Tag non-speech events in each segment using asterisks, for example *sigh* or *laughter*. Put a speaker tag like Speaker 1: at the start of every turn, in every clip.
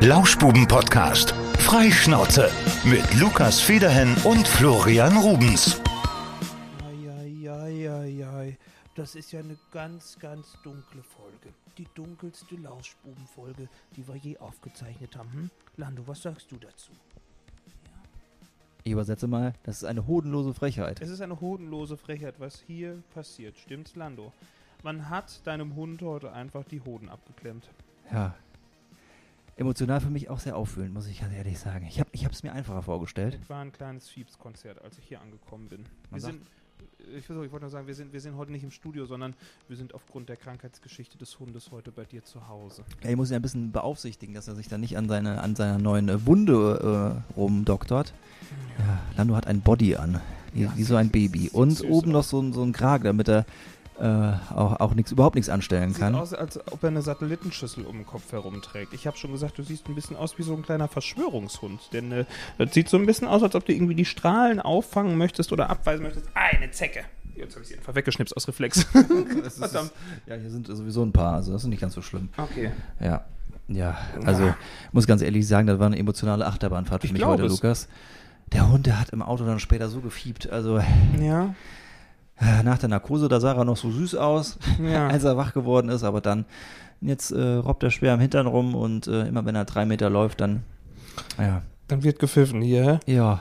Speaker 1: Lauschbuben-Podcast. Freischnauze. Mit Lukas Federhen und Florian Rubens.
Speaker 2: Eieieiei, das ist ja eine ganz, ganz dunkle Folge. Die dunkelste Lausbubenfolge, die wir je aufgezeichnet haben. Hm? Lando, was sagst du dazu?
Speaker 3: Ich übersetze mal, das ist eine hodenlose Frechheit.
Speaker 2: Es ist eine hodenlose Frechheit, was hier passiert. Stimmt's, Lando? Man hat deinem Hund heute einfach die Hoden abgeklemmt.
Speaker 3: Ja. Emotional für mich auch sehr aufwühlend, muss ich ganz ehrlich sagen. Ich habe es mir einfacher vorgestellt.
Speaker 2: Es war ein kleines Fiebs-Konzert, als ich hier angekommen bin.
Speaker 3: Man
Speaker 2: Wir
Speaker 3: sagt-
Speaker 2: sind, ich, weiß auch, ich wollte nur sagen, wir sind, wir sind heute nicht im Studio, sondern wir sind aufgrund der Krankheitsgeschichte des Hundes heute bei dir zu Hause.
Speaker 3: Ja, ich muss ihn ein bisschen beaufsichtigen, dass er sich da nicht an, seine, an seiner neuen äh, Wunde äh, rumdoktort. Ja, Lando hat ein Body an, wie,
Speaker 2: Ja,
Speaker 3: wie so ein Baby.
Speaker 2: sieht
Speaker 3: Und
Speaker 2: süß
Speaker 3: oben noch
Speaker 2: aus.
Speaker 3: so ein, so ein Kragen, damit er äh, auch, auch nix, überhaupt nichts anstellen
Speaker 2: Sieht
Speaker 3: kann.
Speaker 2: aus, als ob er eine Satellitenschüssel um den Kopf herumträgt. Ich habe schon gesagt, du siehst ein bisschen aus wie so ein kleiner Verschwörungshund. Denn äh, das sieht so ein bisschen aus, als ob du irgendwie die Strahlen auffangen möchtest oder abweisen möchtest. Eine Zecke. Jetzt habe ich sie einfach weggeschnipst aus Reflex. *laughs*
Speaker 3: Das ist-
Speaker 2: Verdammt.
Speaker 3: ja, hier sind sowieso ein paar, also das ist nicht ganz so schlimm.
Speaker 2: Okay.
Speaker 3: Ja. Ja, also muss ganz ehrlich sagen, das war eine emotionale Achterbahnfahrt für
Speaker 2: Ich
Speaker 3: mich
Speaker 2: glaub
Speaker 3: heute,
Speaker 2: es.
Speaker 3: Lukas. Der Hund, der hat im Auto dann später so gefiebt. Also äh,
Speaker 2: Ja.
Speaker 3: nach der Narkose, da sah er noch so süß aus,
Speaker 2: Ja.
Speaker 3: *laughs* als er wach geworden ist, aber dann jetzt äh, robbt er schwer am Hintern rum und äh, immer wenn er drei Meter läuft, dann ja,
Speaker 2: Dann wird gepfiffen hier.
Speaker 3: ja,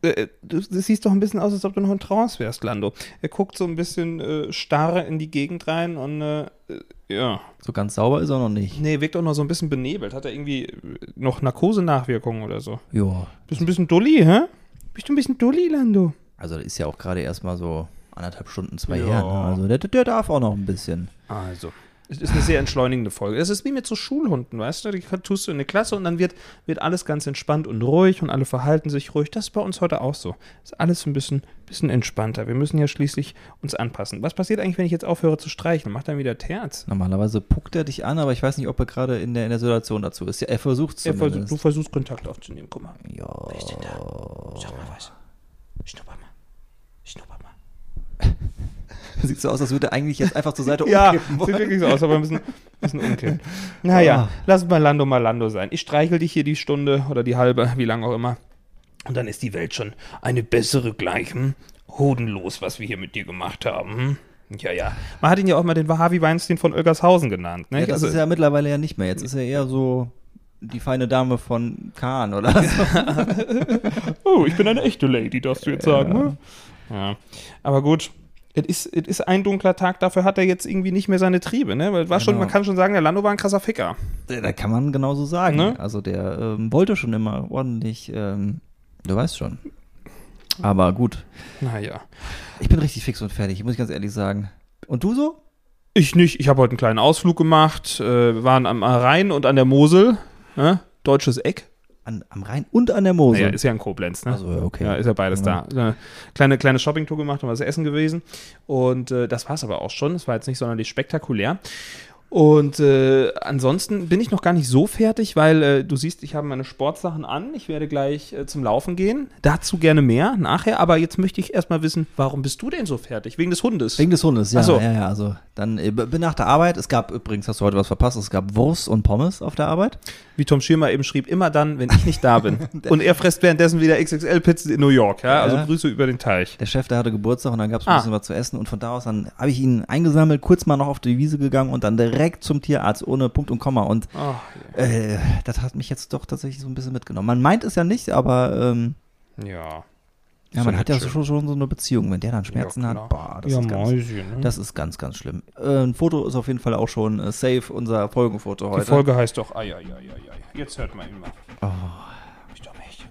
Speaker 2: Äh, du, du siehst doch ein bisschen aus, als ob du noch in Trance wärst, Lando. Er guckt so ein bisschen äh, starr in die Gegend rein und äh, äh, ja.
Speaker 3: so ganz sauber ist er noch nicht.
Speaker 2: Nee, wirkt auch noch so ein bisschen benebelt. Hat er irgendwie äh, noch Narkosenachwirkungen oder so?
Speaker 3: Ja,
Speaker 2: Bist ein bisschen dulli, hä? Bist du ein bisschen dulli, Lando?
Speaker 3: also das ist ja auch gerade erst mal so anderthalb Stunden, zwei
Speaker 2: Ja.
Speaker 3: her. Ne? Also der, der darf auch noch ein bisschen.
Speaker 2: Also. Es ist eine sehr entschleunigende Folge. Es ist wie mit so Schulhunden, weißt du? Die tust du in eine Klasse und dann wird, wird alles ganz entspannt und ruhig und alle verhalten sich ruhig. Das ist bei uns heute auch so. Ist alles ein bisschen, bisschen entspannter. Wir müssen ja schließlich uns anpassen. Was passiert eigentlich, wenn ich jetzt aufhöre zu streichen? Macht er wieder Terz?
Speaker 3: Normalerweise puckt er dich an, aber ich weiß nicht, ob er gerade in der, in der Situation dazu ist. Ja, er versucht es
Speaker 2: Er versucht, du versuchst Kontakt aufzunehmen. Guck mal.
Speaker 3: Ja.
Speaker 2: Riechst du da? Sag mal was. Schnupper mal. Schnupper mal.
Speaker 3: Sieht so aus, als würde er eigentlich jetzt einfach zur Seite
Speaker 2: *laughs* Ja,
Speaker 3: umkippen
Speaker 2: sieht
Speaker 3: wollen.
Speaker 2: wirklich so aus, aber ein bisschen, bisschen
Speaker 3: *laughs*
Speaker 2: umkippen. Naja,
Speaker 3: Ah.
Speaker 2: lass mal Lando mal Lando sein. Ich streichel dich hier die Stunde oder die halbe, wie lange auch immer. Und dann ist die Welt schon eine bessere gleich. Hm? Hodenlos, was wir hier mit dir gemacht haben. Hm? Ja, ja. Man hat ihn ja auch mal den Harvey Weinstein von Oelgershausen genannt. Ne?
Speaker 3: Ja, das
Speaker 2: Also-
Speaker 3: ist ja mittlerweile ja nicht mehr. Jetzt ist er eher so die feine Dame von Kahn oder so.
Speaker 2: oh, ich bin eine echte Lady, darfst du jetzt sagen. Ne? Ja. Aber gut. Es ist, es ist ein dunkler Tag, dafür hat er jetzt irgendwie nicht mehr seine Triebe, ne? Weil es war schon,
Speaker 3: Genau.
Speaker 2: man kann schon sagen, der Lando war ein krasser Ficker.
Speaker 3: *laughs* da kann man genauso sagen.
Speaker 2: Ne?
Speaker 3: Also der ähm, wollte schon immer ordentlich, ähm, du weißt schon. Aber gut,
Speaker 2: Naja.
Speaker 3: ich bin richtig fix und fertig, muss ich ganz ehrlich sagen. Und du so?
Speaker 2: Ich nicht. Ich habe heute einen kleinen Ausflug gemacht. Äh, wir waren am Rhein und an der Mosel. Ne? Deutsches Eck.
Speaker 3: An, am Rhein und an der Mosel.
Speaker 2: Naja, ist ja in Koblenz, ne?
Speaker 3: Also, ja, okay.
Speaker 2: Ja, ist ja beides
Speaker 3: Ja.
Speaker 2: da. Eine kleine, kleine Shoppingtour gemacht und was essen gewesen. Und äh, das war es aber auch schon. Es war jetzt nicht sonderlich spektakulär. Und äh, ansonsten bin ich noch gar nicht so fertig, weil äh, du siehst, ich habe meine Sportsachen an. Ich werde gleich äh, zum Laufen gehen. Dazu gerne mehr nachher. Aber jetzt möchte ich erstmal wissen, warum bist du denn so fertig? Wegen des Hundes.
Speaker 3: Wegen des Hundes, ja,
Speaker 2: Ach so.
Speaker 3: ja, ja. Also dann äh, bin nach der Arbeit. Es gab übrigens, hast du heute was verpasst? Es gab Wurst und Pommes auf der Arbeit.
Speaker 2: wie Tom Schirmer eben schrieb, immer dann, wenn ich nicht da bin. Und er frisst währenddessen wieder XXL-Pizzen in New York. Ja? Also
Speaker 3: Ja.
Speaker 2: Grüße über den Teich.
Speaker 3: Der Chef, der hatte Geburtstag und dann gab es ein
Speaker 2: Ah.
Speaker 3: bisschen was zu essen und von da aus dann habe ich ihn eingesammelt, kurz mal noch auf die Wiese gegangen und dann direkt zum Tierarzt ohne Punkt und Komma und
Speaker 2: Oh,
Speaker 3: äh, das hat mich jetzt doch tatsächlich so ein bisschen mitgenommen. Man meint es ja nicht, aber ähm,
Speaker 2: ja.
Speaker 3: ja, man
Speaker 2: nicht
Speaker 3: hat ja
Speaker 2: schön.
Speaker 3: schon, schon so eine Beziehung, wenn der dann Schmerzen
Speaker 2: klar.
Speaker 3: hat, boah, das ist ganz,
Speaker 2: Mäuschen. Ne?
Speaker 3: das ist ganz, ganz schlimm. Äh, ein Foto ist auf jeden Fall auch schon äh, safe, unser Folgenfoto
Speaker 2: Die
Speaker 3: heute.
Speaker 2: Folge heißt doch ai, ai, ai, ai, ai. Jetzt hört man ihn mal. Ich doch nicht.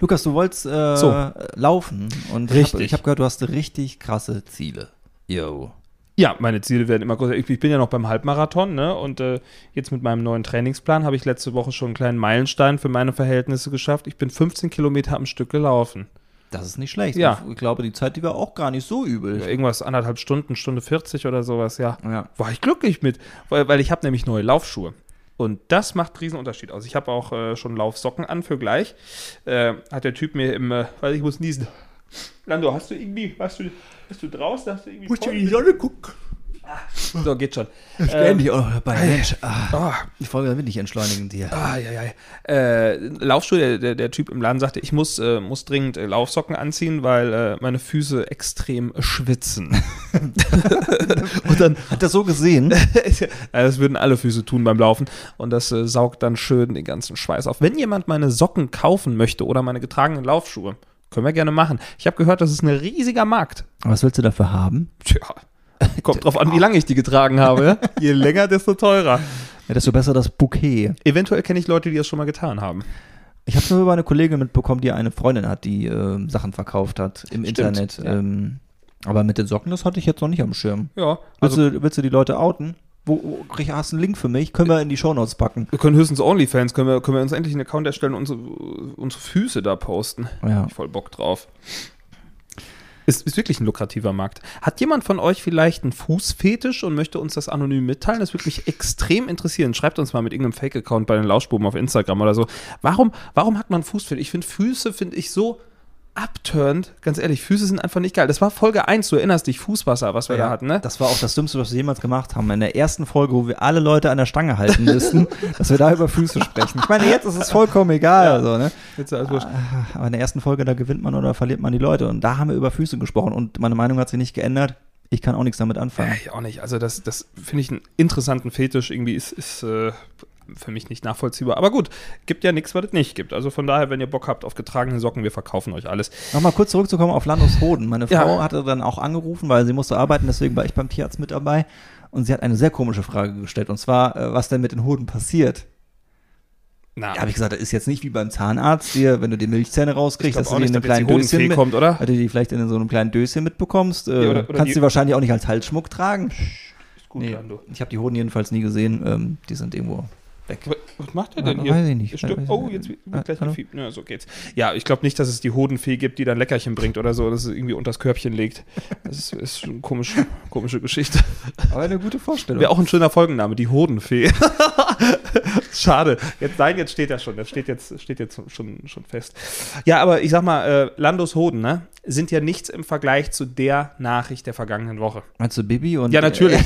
Speaker 3: Lukas, du wolltest äh,
Speaker 2: So.
Speaker 3: laufen und ich
Speaker 2: Richtig.
Speaker 3: hab- ich habe hab gehört, du hast richtig krasse Ziele. Yo.
Speaker 2: Ja, meine Ziele werden immer größer. Ich, ich bin ja noch beim Halbmarathon, ne? Und äh, jetzt mit meinem neuen Trainingsplan habe ich letzte Woche schon einen kleinen Meilenstein für meine Verhältnisse geschafft. Ich bin 15 Kilometer am Stück gelaufen.
Speaker 3: Das ist nicht schlecht.
Speaker 2: Ja.
Speaker 3: Ich glaube, die Zeit, die war auch gar nicht so übel.
Speaker 2: Irgendwas anderthalb Stunden, Stunde 40 oder sowas, ja.
Speaker 3: Ja.
Speaker 2: war ich glücklich mit, weil, weil ich habe nämlich neue Laufschuhe. Und das macht riesen Unterschied aus. Ich habe auch äh, schon Laufsocken an für gleich. Äh, hat der Typ mir im, äh, weil ich muss niesen. Lando, hast du irgendwie, warst du, bist du draußen? Hast du irgendwie Musst du in die Sonne gucken? So, geht schon. Ähm,
Speaker 3: Ich ähm, dich auch noch dabei. Mensch, ah, die Folge damit nicht entschleunigen dir.
Speaker 2: Ah, ja, ja. Äh, Laufschuhe, der, der, der Typ im Laden sagte, ich muss, äh, muss dringend äh, Laufsocken anziehen, weil äh, meine Füße extrem schwitzen.
Speaker 3: Und dann hat er so gesehen.
Speaker 2: *laughs* Ja, das würden alle Füße tun beim Laufen und das äh, saugt dann schön den ganzen Schweiß auf. Wenn jemand meine Socken kaufen möchte oder meine getragenen Laufschuhe, können wir gerne machen. Ich habe gehört, das ist ein riesiger Markt.
Speaker 3: *laughs* Was willst du dafür haben?
Speaker 2: Tja, kommt drauf an, wie lange ich die getragen habe. *laughs* Je länger, desto teurer.
Speaker 3: Ja, desto besser das Bouquet.
Speaker 2: Eventuell kenne ich Leute, die das schon mal getan haben.
Speaker 3: Ich habe nur über eine Kollegin mitbekommen, die eine Freundin hat, die ähm, Sachen verkauft hat im
Speaker 2: Stimmt,
Speaker 3: Internet.
Speaker 2: ja.
Speaker 3: Ähm, aber mit den Socken, das hatte ich jetzt noch nicht am Schirm.
Speaker 2: Ja,
Speaker 3: Willst,
Speaker 2: also
Speaker 3: du, willst du die Leute outen? Wo, wo krieg, hast du einen Link für mich? Können wir in die Shownotes packen?
Speaker 2: wir können höchstens Onlyfans, können wir, können wir uns endlich einen Account erstellen und unsere, unsere Füße da posten.
Speaker 3: Ja.
Speaker 2: Hab ich voll Bock drauf. Ist, ist wirklich ein lukrativer Markt. Hat jemand von euch vielleicht einen Fußfetisch und möchte uns das anonym mitteilen? Das würde mich extrem interessieren. Schreibt uns mal mit irgendeinem Fake-Account bei den Lauschbuben auf Instagram oder so. Warum, warum hat man Fußfetisch? Ich finde Füße, finde ich so abturnt. Ganz ehrlich, Füße sind einfach nicht geil. Das war Folge 1, du erinnerst dich, Fußwasser, was wir da hatten, ne?
Speaker 3: Das war auch das Dümmste, was wir jemals gemacht haben. In der ersten Folge, wo wir alle Leute an der Stange
Speaker 2: *laughs*
Speaker 3: halten müssen, dass wir da über Füße sprechen. Ich meine, jetzt ist es vollkommen egal. Also, ne? Ah,
Speaker 2: Jetzt alles wurscht.
Speaker 3: Aber in der ersten Folge, da gewinnt man oder verliert man die Leute. Und da haben wir über Füße gesprochen. Und meine Meinung hat sich nicht geändert. Ich kann auch nichts damit
Speaker 2: Ja,
Speaker 3: anfangen.
Speaker 2: ich auch nicht. Also das, das finde ich einen interessanten Fetisch. Irgendwie ist, ist äh, für mich nicht nachvollziehbar. Aber gut, gibt ja nichts, was es nicht gibt. Also von daher, wenn ihr Bock habt auf getragene Socken, wir verkaufen euch alles.
Speaker 3: Nochmal kurz zurückzukommen auf Landos Hoden. Meine
Speaker 2: Ja.
Speaker 3: Frau hatte dann auch angerufen, weil sie musste arbeiten, deswegen war ich beim Tierarzt mit dabei. Und sie hat eine sehr komische Frage gestellt. Und zwar, äh, was denn mit den Hoden passiert?
Speaker 2: Na,
Speaker 3: Da habe ich gesagt, das ist jetzt nicht wie beim Zahnarzt, dir, wenn du die Milchzähne rauskriegst,
Speaker 2: glaub
Speaker 3: dass du
Speaker 2: auch
Speaker 3: die in
Speaker 2: nicht,
Speaker 3: einem
Speaker 2: dass jetzt
Speaker 3: kleinen
Speaker 2: die Hodenfee
Speaker 3: Döschen mit-
Speaker 2: kommt, oder?
Speaker 3: Dass du die vielleicht in so einem kleinen Döschen mitbekommst. Äh,
Speaker 2: Ja, oder- oder
Speaker 3: kannst
Speaker 2: die-
Speaker 3: du wahrscheinlich auch nicht als Halsschmuck tragen.
Speaker 2: gut,
Speaker 3: Nee, ich habe die Hoden jedenfalls nie gesehen. Ähm, die sind irgendwo weg. Äh,
Speaker 2: Wa- Was macht er denn
Speaker 3: Weiß
Speaker 2: hier?
Speaker 3: ich nicht.
Speaker 2: Stö-
Speaker 3: Weiß ich
Speaker 2: oh,
Speaker 3: nicht.
Speaker 2: jetzt wird
Speaker 3: Ah,
Speaker 2: wird gleich
Speaker 3: hallo?
Speaker 2: gefiebt. Na, so geht's. Ja, ich glaube nicht, dass es die Hodenfee gibt, die dann Leckerchen bringt oder so, dass es irgendwie unters Körbchen legt. Das ist, ist schon eine komische, komische Geschichte.
Speaker 3: Aber eine gute Vorstellung.
Speaker 2: Wäre auch ein schöner Folgenname, die Hodenfee. *laughs* Schade. Jetzt, nein, jetzt steht er schon. Das steht jetzt, steht jetzt schon, schon fest. Ja, aber ich sag mal, äh, Landos Hoden, ne? Sind ja nichts im Vergleich zu der Nachricht der vergangenen Woche.
Speaker 3: Meinst du Bibi? Und
Speaker 2: Ja, *laughs* natürlich.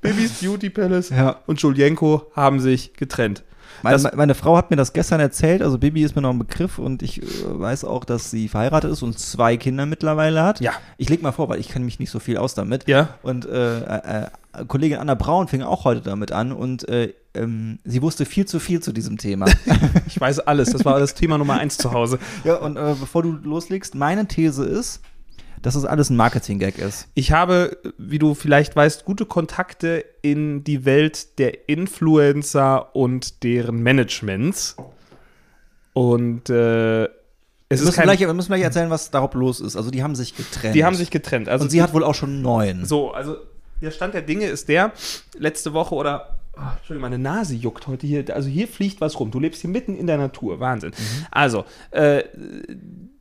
Speaker 2: Babys Beauty Palace
Speaker 3: Ja.
Speaker 2: und Julienko haben sich getrennt. Das-
Speaker 3: Meine, meine Frau hat mir das gestern erzählt, also Bibi ist mir noch ein Begriff und ich äh, weiß auch, dass sie verheiratet ist und zwei Kinder mittlerweile hat.
Speaker 2: Ja.
Speaker 3: Ich leg mal vor, weil ich kenne mich nicht so viel aus damit.
Speaker 2: Ja.
Speaker 3: Und äh, äh, äh, Kollegin Anna Braun fing auch heute damit an und äh, ähm, sie wusste viel zu viel zu diesem
Speaker 2: *laughs*
Speaker 3: Thema.
Speaker 2: Ich weiß alles. Das war das Thema Nummer eins zu Hause.
Speaker 3: ja, und äh, bevor du loslegst, meine These ist, dass das alles ein Marketing-Gag ist.
Speaker 2: Ich habe, wie du vielleicht weißt, gute Kontakte in die Welt der Influencer und deren Managements. Und äh, es
Speaker 3: Wir
Speaker 2: ist
Speaker 3: müssen,
Speaker 2: kein,
Speaker 3: gleich, wir müssen gleich erzählen, was darauf los ist. Also die haben sich getrennt.
Speaker 2: die haben sich getrennt. Also
Speaker 3: und sie hat wohl auch schon neun.
Speaker 2: so, also der Stand der Dinge ist der, letzte Woche oder oh, Entschuldigung, meine Nase juckt heute hier, also hier fliegt was rum. Du lebst hier mitten in der Natur, Wahnsinn. Also, äh,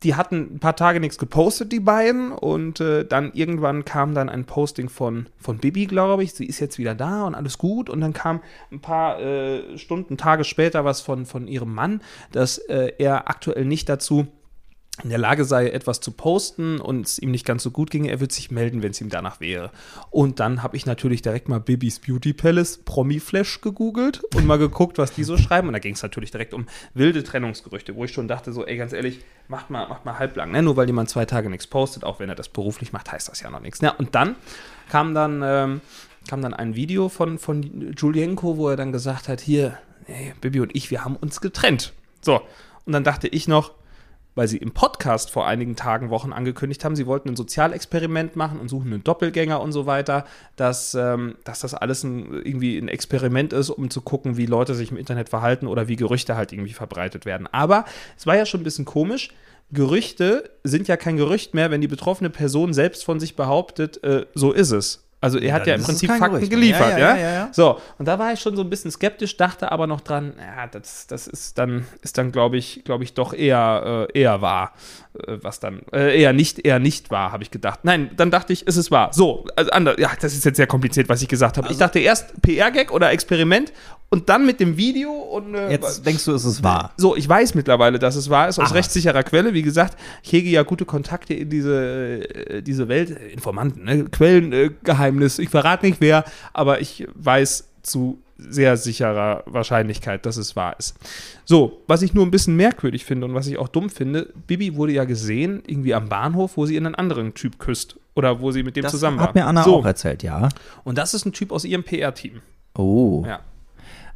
Speaker 2: die hatten ein paar Tage nichts gepostet, die beiden, und äh, dann irgendwann kam dann ein Posting von, von Bibi, glaube ich. Sie ist jetzt wieder da und alles gut. Und dann kam ein paar äh, Stunden, Tage später was von, von ihrem Mann, dass äh, er aktuell nicht dazu in der Lage sei, etwas zu posten und es ihm nicht ganz so gut ginge, er würde sich melden, wenn es ihm danach wäre. Und dann habe ich natürlich direkt mal Bibis Beauty Palace Promi-Flash gegoogelt und mal geguckt, was die so schreiben. Und da ging es natürlich direkt um wilde Trennungsgerüchte, wo ich schon dachte, so, ey, ganz ehrlich, macht mal, macht mal halblang. Ne? Nur weil jemand zwei Tage nichts postet, auch wenn er das beruflich macht, heißt das ja noch nichts. Ja, und dann kam dann, ähm, kam dann ein Video von, von Julienko, wo er dann gesagt hat, hier, ey, Bibi und ich, wir haben uns getrennt. So, und dann dachte ich noch, weil sie im Podcast vor einigen Tagen, Wochen angekündigt haben, sie wollten ein Sozialexperiment machen und suchen einen Doppelgänger und so weiter, dass, ähm, dass das alles ein, irgendwie ein Experiment ist, um zu gucken, wie Leute sich im Internet verhalten oder wie Gerüchte halt irgendwie verbreitet werden. Aber es war ja schon ein bisschen komisch. Gerüchte sind ja kein Gerücht mehr, wenn die betroffene Person selbst von sich behauptet, äh, so ist es. Also er hat
Speaker 3: dann
Speaker 2: ja im
Speaker 3: ist es
Speaker 2: Prinzip
Speaker 3: kein
Speaker 2: Fakten
Speaker 3: Gerücht mehr.
Speaker 2: geliefert,
Speaker 3: Ja,
Speaker 2: ja,
Speaker 3: ja, ja, ja, ja.
Speaker 2: *laughs* So, und da war ich schon so ein bisschen skeptisch, dachte aber noch dran, ja, das, das ist dann, ist dann, glaube ich, glaube ich, doch eher, äh, eher wahr. Äh, was dann, äh, eher nicht, eher nicht wahr, habe ich gedacht. Nein, dann dachte ich, ist es wahr. So, also anders, ja, das ist jetzt sehr kompliziert, was ich gesagt habe. ich dachte erst PR-Gag oder Experiment und dann mit dem Video und äh,
Speaker 3: Jetzt denkst du, es ist wahr.
Speaker 2: so, ich weiß mittlerweile, dass es wahr ist, aus
Speaker 3: Aha.
Speaker 2: rechtssicherer Quelle. Wie gesagt, ich hege ja gute Kontakte in diese, äh, diese Welt. Informanten, ne? Quellengeheimnis. Äh, Geheimnis. ich verrate nicht wer, aber ich weiß zu sehr sicherer Wahrscheinlichkeit, dass es wahr ist. So, was ich nur ein bisschen merkwürdig finde und was ich auch dumm finde, Bibi wurde ja gesehen, irgendwie am Bahnhof, wo sie einen anderen Typ küsst oder wo sie mit dem zusammen war.
Speaker 3: hat mir Anna
Speaker 2: so,
Speaker 3: auch erzählt, ja.
Speaker 2: und das ist ein Typ aus ihrem PR-Team.
Speaker 3: Oh.
Speaker 2: Ja.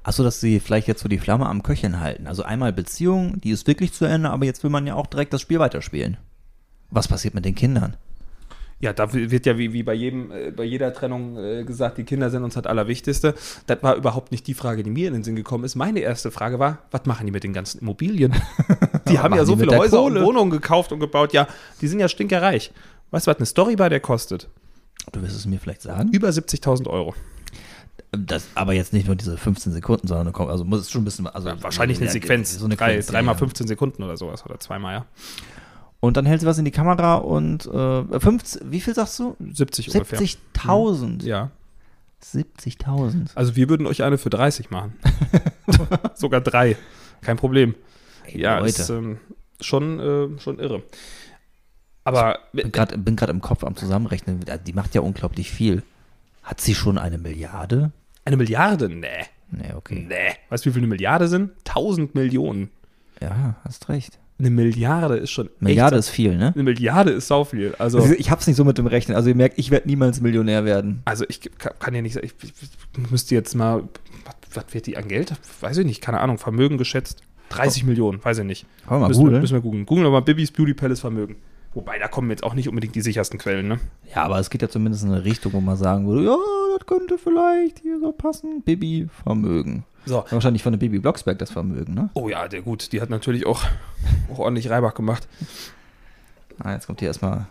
Speaker 3: Achso, dass sie vielleicht jetzt so die Flamme am Köcheln halten. Also einmal Beziehung, die ist wirklich zu Ende, aber jetzt will man ja auch direkt das Spiel weiterspielen. Was passiert mit den Kindern?
Speaker 2: Ja, da wird ja wie, wie bei jedem, äh, bei jeder Trennung äh, gesagt, die Kinder sind uns das Allerwichtigste. Das war überhaupt nicht die Frage, die mir in den Sinn gekommen ist. Meine erste Frage war, was machen die mit den ganzen
Speaker 3: *laughs*
Speaker 2: Immobilien? Die haben ja
Speaker 3: machen
Speaker 2: so
Speaker 3: die mit
Speaker 2: viele
Speaker 3: der
Speaker 2: Häuser und
Speaker 3: Kohle?
Speaker 2: Wohnungen gekauft und gebaut. Ja, die sind ja stinkerreich. Weißt du, was eine Story bei der kostet?
Speaker 3: Du wirst es mir vielleicht sagen.
Speaker 2: Über 70.000 Euro.
Speaker 3: Das, aber jetzt nicht nur diese 15 Sekunden, sondern komm, also muss es schon ein bisschen. Also
Speaker 2: Wahrscheinlich eine
Speaker 3: ja,
Speaker 2: Sequenz.
Speaker 3: So eine
Speaker 2: Drei,
Speaker 3: Sequenz,
Speaker 2: dreimal
Speaker 3: ja.
Speaker 2: 15 Sekunden oder sowas oder zweimal, ja.
Speaker 3: Und dann hält sie was in die Kamera und äh, 15, wie viel sagst du?
Speaker 2: 70 ungefähr. Hm.
Speaker 3: 70.000.
Speaker 2: Ja.
Speaker 3: 70.000.
Speaker 2: Also wir würden euch eine für 30 machen. *laughs* Sogar drei. Kein Problem.
Speaker 3: Ey,
Speaker 2: Ja,
Speaker 3: Leute.
Speaker 2: ist ähm, schon, äh, schon irre. Aber
Speaker 3: bin gerade bin grad im Kopf am Zusammenrechnen. Also Die macht ja unglaublich viel. Hat sie schon eine Milliarde?
Speaker 2: eine Milliarde? Nee.
Speaker 3: Nee, okay.
Speaker 2: Nee. Weißt du, wie viel eine Milliarde sind? Tausend Millionen.
Speaker 3: Ja, hast recht.
Speaker 2: Eine Milliarde ist schon.
Speaker 3: Milliarde
Speaker 2: Echt,
Speaker 3: ist viel, ne?
Speaker 2: eine Milliarde ist sau viel. Also,
Speaker 3: Also Ich hab's nicht so mit dem Rechnen. Also ihr merkt, ich werde niemals Millionär werden.
Speaker 2: also ich kann, kann ja nicht sagen, ich, ich, ich müsste jetzt mal. Was, was wird die an Geld? Weiß ich nicht, keine Ahnung. Vermögen geschätzt. 30 Millionen, weiß ich nicht.
Speaker 3: Kann man mal
Speaker 2: müssen, wir,
Speaker 3: googeln.
Speaker 2: müssen wir googeln. Googeln wir mal Bibis Beauty Palace Vermögen. Wobei, da kommen jetzt auch nicht unbedingt die sichersten Quellen, ne?
Speaker 3: Ja, aber es geht ja zumindest in eine Richtung, wo man sagen würde, ja, das könnte vielleicht hier so passen. Bibi Vermögen.
Speaker 2: So.
Speaker 3: Wahrscheinlich von der Bibi Blocksberg das Vermögen, ne?
Speaker 2: Oh ja, der gut, die hat natürlich auch, auch ordentlich Reibach gemacht.
Speaker 3: Ah, jetzt kommt hier erstmal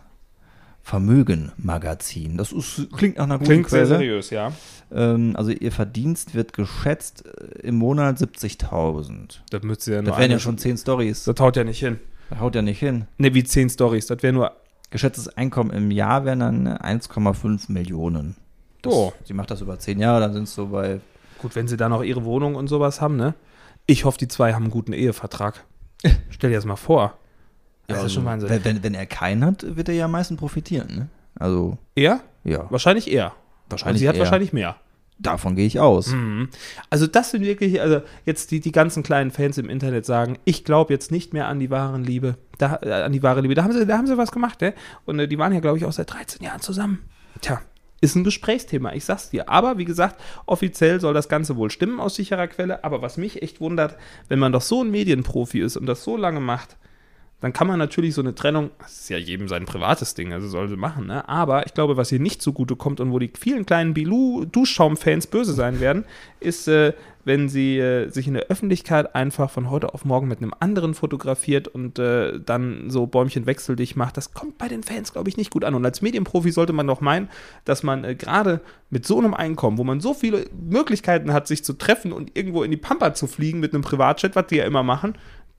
Speaker 3: Vermögen Magazin. Das ist, klingt nach einer guten
Speaker 2: Klingt sehr
Speaker 3: Quelle.
Speaker 2: seriös, ja.
Speaker 3: Ähm, also ihr Verdienst wird geschätzt äh, im Monat 70.000.
Speaker 2: Das müsste ja nur
Speaker 3: Das wären ja
Speaker 2: eine-
Speaker 3: schon 10 Stories.
Speaker 2: Das haut ja nicht hin.
Speaker 3: Das haut ja nicht hin.
Speaker 2: Ne, wie 10 Stories. Das wäre nur.
Speaker 3: Geschätztes Einkommen im Jahr wären dann ne, 1,5 Millionen. Das,
Speaker 2: Oh.
Speaker 3: Sie macht das über 10 Jahre, dann sind es so bei.
Speaker 2: Gut, wenn sie da noch ihre Wohnung und sowas haben, ne? Ich hoffe, die zwei haben einen guten
Speaker 3: *laughs*
Speaker 2: Ehevertrag. Stell dir das mal vor. Das ist schon Wahnsinn.
Speaker 3: also, Wenn, wenn, wenn er keinen hat, wird er ja am meisten profitieren. Ne? Also,
Speaker 2: Er?
Speaker 3: ja.
Speaker 2: Wahrscheinlich er. Und
Speaker 3: Wahrscheinlich
Speaker 2: sie hat
Speaker 3: eher.
Speaker 2: wahrscheinlich mehr.
Speaker 3: Davon gehe ich aus.
Speaker 2: Mhm. Also, das sind wirklich, also jetzt die, die ganzen kleinen Fans im Internet sagen, ich glaube jetzt nicht mehr an die wahren Liebe. Da, äh, an die wahre Liebe. Da haben sie, da haben sie was gemacht, ne? Und äh, die waren ja, glaube ich, auch seit 13 Jahren zusammen. Tja. Ist ein Gesprächsthema, ich sag's dir. Aber wie gesagt, offiziell soll das Ganze wohl stimmen aus sicherer Quelle. Aber was mich echt wundert, wenn man doch so ein Medienprofi ist und das so lange macht, dann kann man natürlich so eine Trennung, das ist ja jedem sein privates Ding, also soll sie machen, ne? aber ich glaube, was hier nicht zugute kommt und wo die vielen kleinen Bilou-Duschschaum-Fans böse sein werden, ist, äh, wenn sie äh, sich in der Öffentlichkeit einfach von heute auf morgen mit einem anderen fotografiert und äh, dann so Bäumchen wechsel dich macht. Das kommt bei den Fans, glaube ich, nicht gut an. Und als Medienprofi sollte man doch meinen, dass man äh, gerade mit so einem Einkommen, wo man so viele Möglichkeiten hat, sich zu treffen und irgendwo in die Pampa zu fliegen mit einem Privatjet, was die ja immer machen,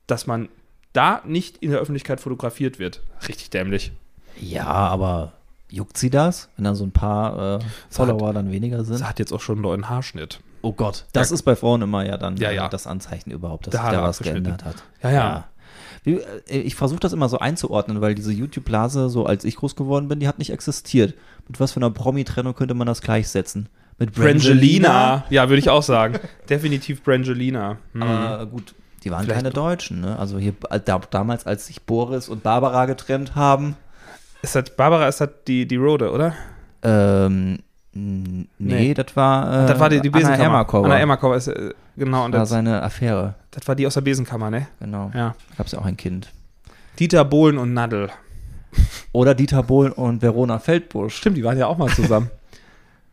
Speaker 2: dass man da nicht in der Öffentlichkeit fotografiert wird. Richtig dämlich.
Speaker 3: Ja, aber juckt sie das, wenn dann so ein paar äh, Follower dann weniger sind?
Speaker 2: Sie hat jetzt auch schon einen neuen Haarschnitt.
Speaker 3: Oh Gott, das ist bei Frauen immer ja dann
Speaker 2: Ja, ja.
Speaker 3: äh, das Anzeichen überhaupt, dass
Speaker 2: Da
Speaker 3: sich
Speaker 2: hat
Speaker 3: da
Speaker 2: er
Speaker 3: was
Speaker 2: abgeschnitten.
Speaker 3: geändert hat.
Speaker 2: Ja, ja.
Speaker 3: Wie, äh, Ich versuche das immer so einzuordnen, weil diese YouTube-Blase, so als ich groß geworden bin, die hat nicht existiert. Mit was für einer Promi-Trennung könnte man das gleichsetzen? Mit
Speaker 2: Brangelina. Ja, würde ich auch sagen. *laughs* Definitiv Brangelina. Hm.
Speaker 3: Aber gut, die waren
Speaker 2: Vielleicht-
Speaker 3: keine Deutschen, ne? Also hier äh, da, damals, als sich Boris und Barbara getrennt haben,
Speaker 2: Ist das, Barbara ist das die, die Rode, oder?
Speaker 3: Äh, ähm, n- nee,
Speaker 2: Nee.
Speaker 3: das war, äh,
Speaker 2: Das war die, die
Speaker 3: Anna
Speaker 2: Besenkammer.
Speaker 3: Ermakova.
Speaker 2: Anna Ermakova ist, äh, genau. Und
Speaker 3: war
Speaker 2: das,
Speaker 3: seine Affäre,
Speaker 2: das war die aus der Besenkammer, ne?
Speaker 3: genau.
Speaker 2: Ja.
Speaker 3: Da gab es ja auch ein Kind.
Speaker 2: Dieter Bohlen und Nadel.
Speaker 3: Oder Dieter Bohlen und Verona Feldbusch.
Speaker 2: Stimmt, die waren ja auch mal zusammen.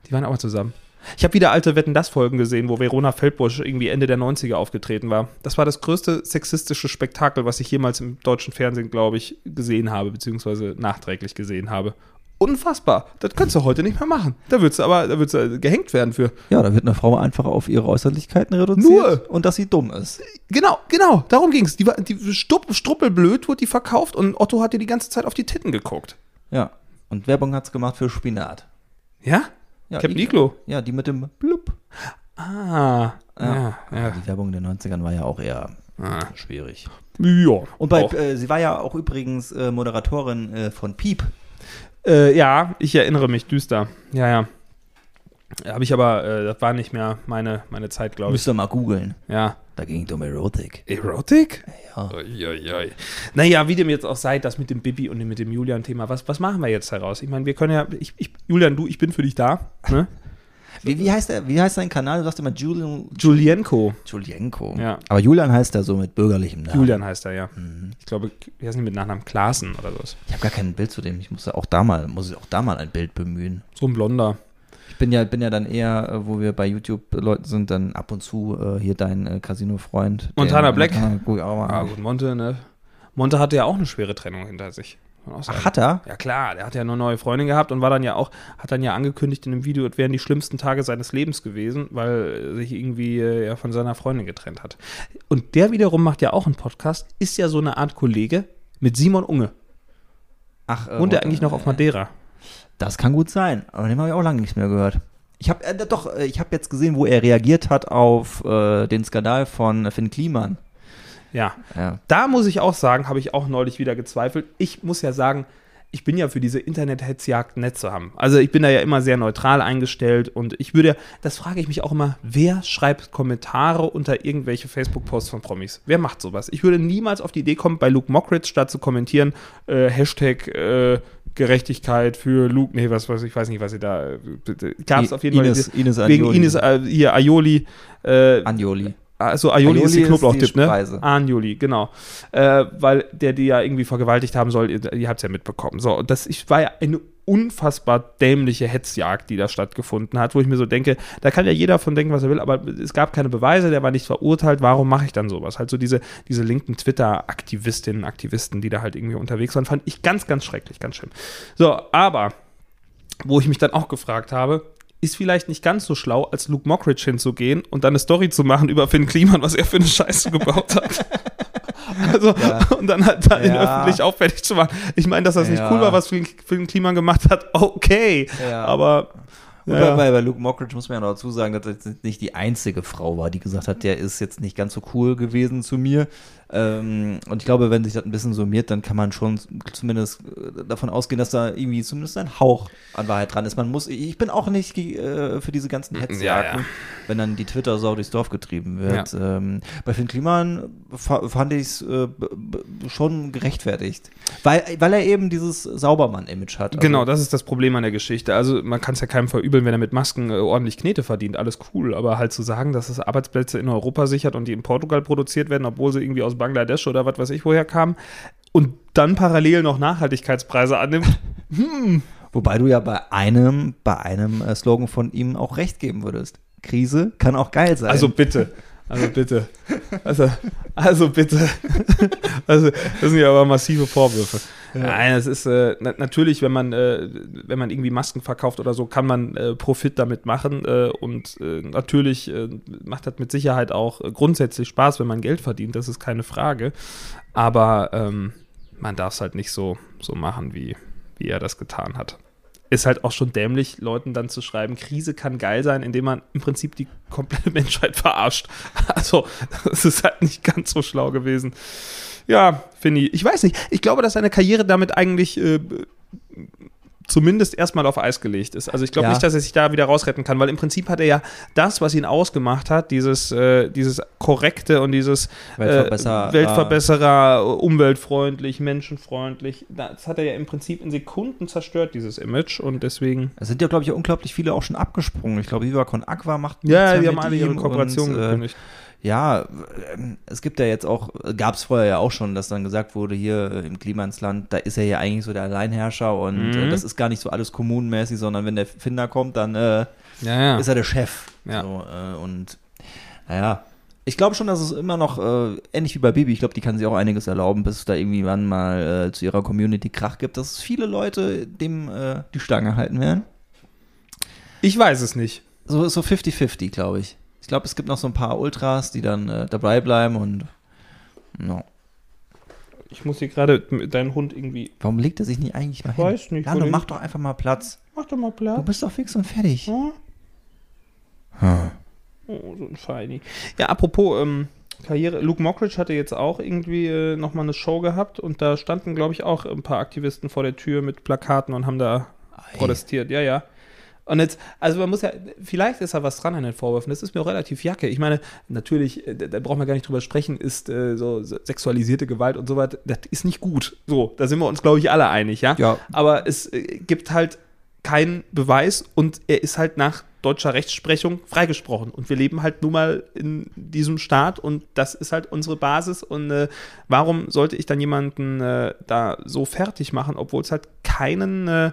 Speaker 2: die waren auch mal zusammen. Ich habe wieder alte Wetten das Folgen gesehen, wo Verona Feldbusch irgendwie Ende der 90er aufgetreten war. Das war das größte sexistische Spektakel, was ich jemals im deutschen Fernsehen, glaube ich, gesehen habe, beziehungsweise nachträglich gesehen habe. Unfassbar. Das könntest du heute nicht mehr machen. Da würdest du aber da würdest du äh, gehängt werden für.
Speaker 3: Ja, da wird eine Frau einfach auf ihre Äußerlichkeiten reduziert
Speaker 2: Nur.
Speaker 3: und dass sie dumm ist.
Speaker 2: Genau, genau, darum ging es. Die, war- die Stupp, Struppelblöd wurde die verkauft und Otto hat dir die ganze Zeit auf die Titten geguckt.
Speaker 3: Ja. Und Werbung hat's gemacht für Spinat.
Speaker 2: Ja?
Speaker 3: Ja,
Speaker 2: Captain Hm?
Speaker 3: Iglo.
Speaker 2: Äh, Iglo.
Speaker 3: Ja, die mit dem Blub.
Speaker 2: Ah. Ja.
Speaker 3: die Werbung in den 90ern war ja auch eher
Speaker 2: Ah.
Speaker 3: schwierig.
Speaker 2: Ja.
Speaker 3: Und bei,
Speaker 2: auch.
Speaker 3: äh, sie war ja auch übrigens äh, Moderatorin äh, von Piep.
Speaker 2: Äh, ja, ich erinnere mich düster. Ja, ja. Habe ich aber, äh, das war nicht mehr meine, meine Zeit, glaube ich.
Speaker 3: Müsst ihr mal googeln.
Speaker 2: Ja.
Speaker 3: Da ging es um Erotik.
Speaker 2: Erotik?
Speaker 3: Ja.
Speaker 2: Uiuiui. Naja, wie dem jetzt auch sei, das mit dem Bibi und dem- mit dem Julian-Thema, was, was machen wir jetzt daraus? Ich meine, wir können ja, ich, ich, Julian, du, ich bin für dich da. Ne?
Speaker 3: Wie, wie, heißt der, wie heißt dein Kanal? Du sagst immer Julian,
Speaker 2: Julienko.
Speaker 3: Julienko.
Speaker 2: Ja.
Speaker 3: Aber Julian heißt er so mit bürgerlichem Namen.
Speaker 2: Julian heißt er, ja. Mhm. Ich glaube, wie heißt denn mit Nachnamen? Klaassen oder sowas.
Speaker 3: Ich habe gar kein Bild zu dem. Ich muss ja auch da mal, muss ich auch da mal ein Bild bemühen.
Speaker 2: So ein Blonder.
Speaker 3: Ich bin ja, bin ja dann eher, äh, wo wir bei YouTube-Leuten sind, dann ab und zu äh, hier dein äh, Casino-Freund. der-
Speaker 2: Montana Black.
Speaker 3: Montana, guck ich auch mal.
Speaker 2: Ah, gut, Monte, ne? Monte hatte ja auch eine schwere Trennung hinter sich. Kann auch
Speaker 3: Ach,
Speaker 2: sagen.
Speaker 3: hat er?
Speaker 2: Ja klar, der hat ja eine neue Freundin gehabt und war dann ja auch, hat dann ja angekündigt in dem Video, es wären die schlimmsten Tage seines Lebens gewesen, weil äh, sich irgendwie äh, er von seiner Freundin getrennt hat. Und der wiederum macht ja auch einen Podcast, ist ja so eine Art Kollege mit Simon Unge.
Speaker 3: Ach, äh,
Speaker 2: Wohnt er eigentlich noch auf Madeira?
Speaker 3: Das kann gut sein, aber den habe ich auch lange nicht mehr gehört. Ich habe äh, doch, äh, ich habe jetzt gesehen, wo er reagiert hat auf äh, den Skandal von Finn Kliman.
Speaker 2: Ja.
Speaker 3: Ja.
Speaker 2: Da muss ich auch sagen, habe ich auch neulich wieder gezweifelt. Ich muss ja sagen, ich bin ja für diese Internet-Hetzjagd nett zu haben. Also ich bin da ja immer sehr neutral eingestellt und ich würde, das frage ich mich auch immer, wer schreibt Kommentare unter irgendwelche Facebook-Posts von Promis? Wer macht sowas? Ich würde niemals auf die Idee kommen, bei Luke Mockridge statt zu kommentieren, äh, Hashtag äh, Gerechtigkeit für Luke, nee, was weiß ich, weiß nicht, was sie da, gab es auf jeden
Speaker 3: Ines,
Speaker 2: Fall.
Speaker 3: Ines
Speaker 2: Wegen
Speaker 3: Anjoli.
Speaker 2: Ines, äh, hier, Aioli, äh,
Speaker 3: Anjoli.
Speaker 2: also Aioli,
Speaker 3: Aioli
Speaker 2: ist die
Speaker 3: ist
Speaker 2: Knoblauchtipp,
Speaker 3: die
Speaker 2: ne?
Speaker 3: Speise.
Speaker 2: Anjoli, genau. Äh, weil der die ja irgendwie vergewaltigt haben soll, ihr, ihr habt es ja mitbekommen. So, und das ich, war ja eine unfassbar dämliche Hetzjagd, die da stattgefunden hat, wo ich mir so denke, da kann ja jeder von denken, was er will, aber es gab keine Beweise, der war nicht verurteilt, warum mache ich dann sowas? Halt so diese, diese linken Twitter-Aktivistinnen, Aktivisten, die da halt irgendwie unterwegs waren, fand ich ganz, ganz schrecklich, ganz schlimm. So, aber wo ich mich dann auch gefragt habe, ist vielleicht nicht ganz so schlau, als Luke Mockridge hinzugehen und dann eine Story zu machen über Finn Kliman, was er für eine Scheiße gebaut
Speaker 3: *laughs*
Speaker 2: hat. Also, und dann halt da ihn
Speaker 3: Ja.
Speaker 2: öffentlich auffällig zu machen. Ich meine, dass das nicht
Speaker 3: Ja.
Speaker 2: cool war, was Finn, Finn Kliman gemacht hat, okay.
Speaker 3: Ja.
Speaker 2: Aber,
Speaker 3: Und
Speaker 2: ja,
Speaker 3: Bei, bei Luke Mockridge muss man ja noch dazu sagen, dass das jetzt nicht die einzige Frau war, die gesagt hat, der ist jetzt nicht ganz so cool gewesen zu mir. Ähm, und ich glaube, wenn sich das ein bisschen summiert, dann kann man schon zumindest äh, davon ausgehen, dass da irgendwie zumindest ein Hauch an Wahrheit dran ist. Man muss, ich bin auch nicht ge- äh, für diese ganzen Hetzjagden,
Speaker 2: Ja, ja.
Speaker 3: wenn dann die Twitter-Sau durchs Dorf getrieben wird. Ähm, bei Finn Kliman fa- fand ich es äh, b- b- schon gerechtfertigt. Weil, weil er eben dieses Saubermann-Image hat. Also
Speaker 2: genau, das ist das Problem an der Geschichte. Also, man kann es ja keinem verübeln, wenn er mit Masken äh, ordentlich Knete verdient, alles cool. Aber halt zu sagen, dass es Arbeitsplätze in Europa sichert und die in Portugal produziert werden, obwohl sie irgendwie aus Bangladesch oder was weiß ich woher kamen. Und dann parallel noch Nachhaltigkeitspreise annimmt,
Speaker 3: Wobei du ja bei einem, bei einem äh, Slogan von ihm auch recht geben würdest. Krise kann auch geil sein.
Speaker 2: Also bitte. Also bitte. Also, also bitte. *laughs* Also, das sind ja aber massive Vorwürfe. Nein, es ist äh, na natürlich, wenn man, äh, wenn man irgendwie Masken verkauft oder so, kann man äh, Profit damit machen. Äh, und äh, natürlich äh, macht das mit Sicherheit auch äh, grundsätzlich Spaß, wenn man Geld verdient, das ist keine Frage. Aber ähm, man darf es halt nicht so, so machen, wie, wie er das getan hat. Ist halt auch schon dämlich, Leuten dann zu schreiben, Krise kann geil sein, indem man im Prinzip die komplette *laughs* Menschheit verarscht. Also, es ist halt nicht ganz so schlau gewesen. Ja, Finny, ich weiß nicht. Ich glaube, dass seine Karriere damit eigentlich äh, zumindest erstmal auf Eis gelegt ist. Also, ich glaube
Speaker 3: Ja.
Speaker 2: nicht, dass er sich da wieder rausretten kann, weil im Prinzip hat er ja das, was ihn ausgemacht hat, dieses, äh, dieses Korrekte und dieses
Speaker 3: Weltverbesserer.
Speaker 2: äh, Weltverbesserer, umweltfreundlich, menschenfreundlich. Das hat er ja im Prinzip in Sekunden zerstört, dieses Image. Und deswegen.
Speaker 3: Es sind ja, glaube ich, auch unglaublich viele auch schon abgesprungen. Ich glaube, Viva Con Aqua macht
Speaker 2: Ja,
Speaker 3: nichts
Speaker 2: die
Speaker 3: mehr
Speaker 2: haben
Speaker 3: mit
Speaker 2: alle ihre
Speaker 3: ihm
Speaker 2: Kooperation
Speaker 3: und, äh,
Speaker 2: gekündigt.
Speaker 3: Ja, ähm, es gibt ja jetzt auch, gab es vorher ja auch schon, dass dann gesagt wurde, hier äh, im Klimansland, da ist er ja eigentlich so der Alleinherrscher und äh,
Speaker 2: Mhm.
Speaker 3: das ist gar nicht so alles kommunenmäßig, sondern wenn der Finder kommt, dann äh,
Speaker 2: Ja,
Speaker 3: ist er der Chef.
Speaker 2: Ah. Ja.
Speaker 3: So, äh, und naja, ich glaube schon, dass es immer noch, äh, ähnlich wie bei Bibi, ich glaube, die kann sich auch einiges erlauben, bis es da irgendwann mal äh, zu ihrer Community Krach gibt, dass viele Leute dem äh, die Stange halten werden.
Speaker 2: Ich weiß es nicht.
Speaker 3: So so 50-50, glaube ich. Ich glaube, es gibt noch so ein paar Ultras, die dann äh, dabei bleiben und no.
Speaker 2: Ich muss hier gerade mit deinem Hund irgendwie.
Speaker 3: warum legt er sich nicht eigentlich mal hin?
Speaker 2: Weiß nicht,
Speaker 3: Lando,
Speaker 2: wohin.
Speaker 3: mach doch einfach mal Platz.
Speaker 2: Mach doch mal
Speaker 3: Du
Speaker 2: Platz.
Speaker 3: bist doch fix und fertig.
Speaker 2: Ja.
Speaker 3: Hm.
Speaker 2: Oh, so ein Shiny. Ja, apropos ähm, Karriere. Luke Mockridge hatte jetzt auch irgendwie äh, nochmal eine Show gehabt und da standen, glaube ich, auch ein paar Aktivisten vor der Tür mit Plakaten und haben da protestiert. Ja, ja. Und jetzt, also man muss ja, vielleicht ist da was dran an den Vorwürfen, das ist mir auch relativ jacke. Ich meine, natürlich, äh, da, da brauchen wir gar nicht drüber sprechen, ist äh, so se- sexualisierte Gewalt und so weiter, das ist nicht gut. So, da sind wir uns, glaube ich, alle einig, ja?
Speaker 3: Ja.
Speaker 2: Aber es äh, gibt halt keinen Beweis und er ist halt nach deutscher Rechtsprechung freigesprochen. Und wir leben halt nun mal in diesem Staat und das ist halt unsere Basis. Und äh, warum sollte ich dann jemanden äh, da so fertig machen, obwohl es halt keinen äh,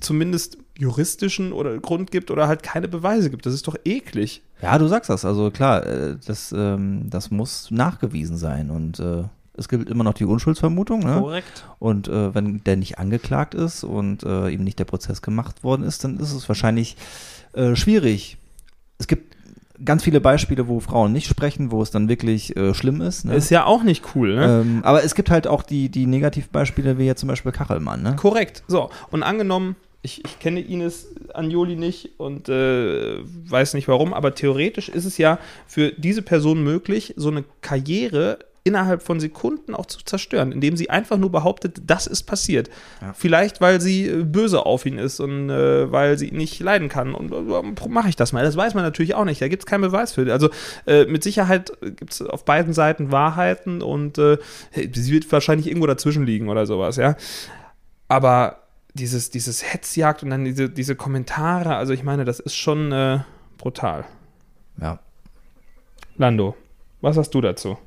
Speaker 2: zumindest juristischen oder Grund gibt oder halt keine Beweise gibt. Das ist doch eklig.
Speaker 3: Ja, du sagst das. Also klar, äh, das, ähm, das muss nachgewiesen sein. Und äh, es gibt immer noch die Unschuldsvermutung. Ne?
Speaker 2: Korrekt.
Speaker 3: Und äh, wenn der nicht angeklagt ist und äh, ihm nicht der Prozess gemacht worden ist, dann ist es wahrscheinlich äh, schwierig. Es gibt ganz viele Beispiele, wo Frauen nicht sprechen, wo es dann wirklich äh, schlimm ist. Ne?
Speaker 2: Ist ja auch nicht cool, ne?
Speaker 3: ähm, aber es gibt halt auch die, die Negativbeispiele, wie jetzt zum Beispiel Kachelmann. Ne?
Speaker 2: Korrekt. So, und angenommen, ich, ich kenne Ines Anjoli nicht und äh, weiß nicht warum, aber theoretisch ist es ja für diese Person möglich, so eine Karriere innerhalb von Sekunden auch zu zerstören, indem sie einfach nur behauptet, das ist passiert. Vielleicht, weil sie äh, böse auf ihn ist und äh, weil sie ihn nicht leiden kann. Und äh, mache ich das mal. Das weiß man natürlich auch nicht. Da gibt es keinen Beweis für. Also äh, mit Sicherheit gibt es auf beiden Seiten Wahrheiten und äh, sie wird wahrscheinlich irgendwo dazwischen liegen oder sowas, ja. Aber dieses, dieses Hetzjagd und dann diese, diese Kommentare, also ich meine, das ist schon äh, brutal.
Speaker 3: Ja.
Speaker 2: Lando, was hast du dazu?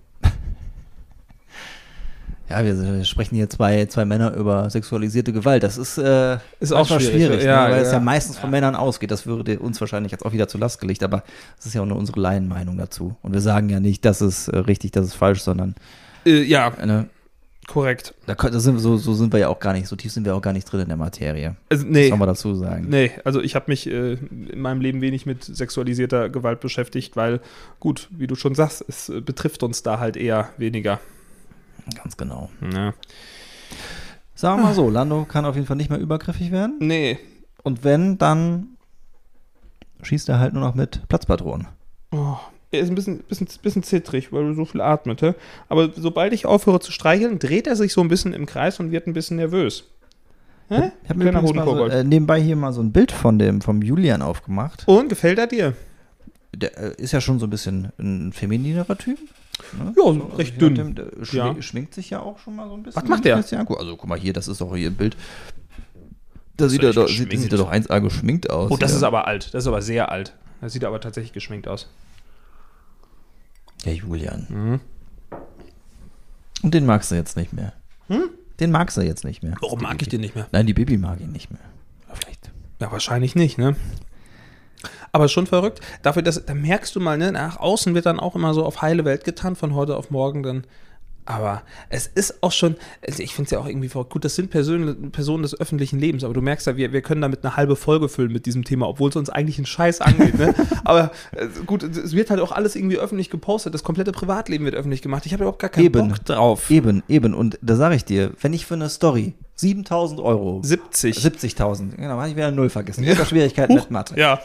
Speaker 3: Ja, wir äh, sprechen hier zwei, zwei Männer über sexualisierte Gewalt. Das ist, äh,
Speaker 2: Ist auch
Speaker 3: manchmal
Speaker 2: schwierig,
Speaker 3: schwierig
Speaker 2: ja,
Speaker 3: ne? weil es
Speaker 2: ja.
Speaker 3: ja meistens von Männern ausgeht. Das würde uns wahrscheinlich jetzt auch wieder zur Last gelegt, aber das ist ja auch nur unsere Laienmeinung dazu. Und wir sagen ja nicht, das ist äh, richtig, das ist falsch, sondern
Speaker 2: Äh, ja,
Speaker 3: äh, ne,
Speaker 2: korrekt.
Speaker 3: da, kö- da sind, wir- so, so sind wir ja auch gar nicht, so tief sind wir auch gar nicht drin in der Materie.
Speaker 2: Also,
Speaker 3: Das
Speaker 2: nee.
Speaker 3: soll man dazu sagen.
Speaker 2: Nee, also ich habe mich äh, in meinem Leben wenig mit sexualisierter Gewalt beschäftigt, weil, gut, wie du schon sagst, es äh, betrifft uns da halt eher weniger. ne?
Speaker 3: Ganz genau.
Speaker 2: Ja.
Speaker 3: Sagen wir mal so, Lando kann auf jeden Fall nicht mehr übergriffig werden.
Speaker 2: Nee.
Speaker 3: Und wenn, dann schießt er halt nur noch mit Platzpatronen.
Speaker 2: Oh, er ist ein bisschen, bisschen, bisschen zittrig, weil er so viel atmete. Aber sobald ich aufhöre zu streicheln, dreht er sich so ein bisschen im Kreis und wird ein bisschen nervös. Hä?
Speaker 3: Ich habe mir
Speaker 2: Kleiner
Speaker 3: übrigens mal so,
Speaker 2: Hodenkobold.
Speaker 3: äh, nebenbei hier mal so ein Bild von dem, vom Julian aufgemacht.
Speaker 2: Und gefällt er dir?
Speaker 3: Der äh, ist ja schon so ein bisschen ein femininerer Typ. Ne?
Speaker 2: Ja,
Speaker 3: So,
Speaker 2: recht
Speaker 3: je nachdem,
Speaker 2: dünn.
Speaker 3: Der schmi
Speaker 2: Ja.
Speaker 3: schminkt sich ja auch schon mal so ein bisschen.
Speaker 2: Was macht der?
Speaker 3: Wenn ich mir das hier angucke. Also guck mal hier, das ist doch hier ein Bild. Da sieht
Speaker 2: doch
Speaker 3: er,
Speaker 2: nicht
Speaker 3: doch, sieht,
Speaker 2: geschminkt.
Speaker 3: sieht er doch 1A geschminkt aus.
Speaker 2: Oh, das
Speaker 3: ja.
Speaker 2: ist aber alt. Das ist aber sehr alt. Das sieht aber tatsächlich geschminkt aus.
Speaker 3: Ja, Julian.
Speaker 2: Mhm.
Speaker 3: Und den magst du jetzt nicht mehr. Den magst du jetzt nicht mehr.
Speaker 2: Hm? Warum mag ich den nicht mehr?
Speaker 3: Nein, die Bibi mag ihn nicht mehr. Oder Vielleicht.
Speaker 2: Ja, wahrscheinlich nicht, ne? Aber schon verrückt. Dafür, dass, da merkst du mal, ne, nach außen wird dann auch immer so auf heile Welt getan, von heute auf morgen dann. Aber es ist auch schon, also ich finde es ja auch irgendwie verrückt. Gut, das sind Personen, Personen des öffentlichen Lebens, aber du merkst ja, wir, wir können damit eine halbe Folge füllen mit diesem Thema, obwohl es uns eigentlich einen Scheiß angeht. ne? Aber äh, gut, es wird halt auch alles irgendwie öffentlich gepostet. Das komplette Privatleben wird öffentlich gemacht. Ich habe überhaupt gar keinen
Speaker 3: Eben.
Speaker 2: Bock drauf.
Speaker 3: Eben, eben. Und da sage ich dir, wenn ich für eine Story 7000 Euro
Speaker 2: 70.
Speaker 3: 70.000. Genau, habe ich wieder Null vergessen. Ich habe Schwierigkeiten mit Mathe.
Speaker 2: Ja.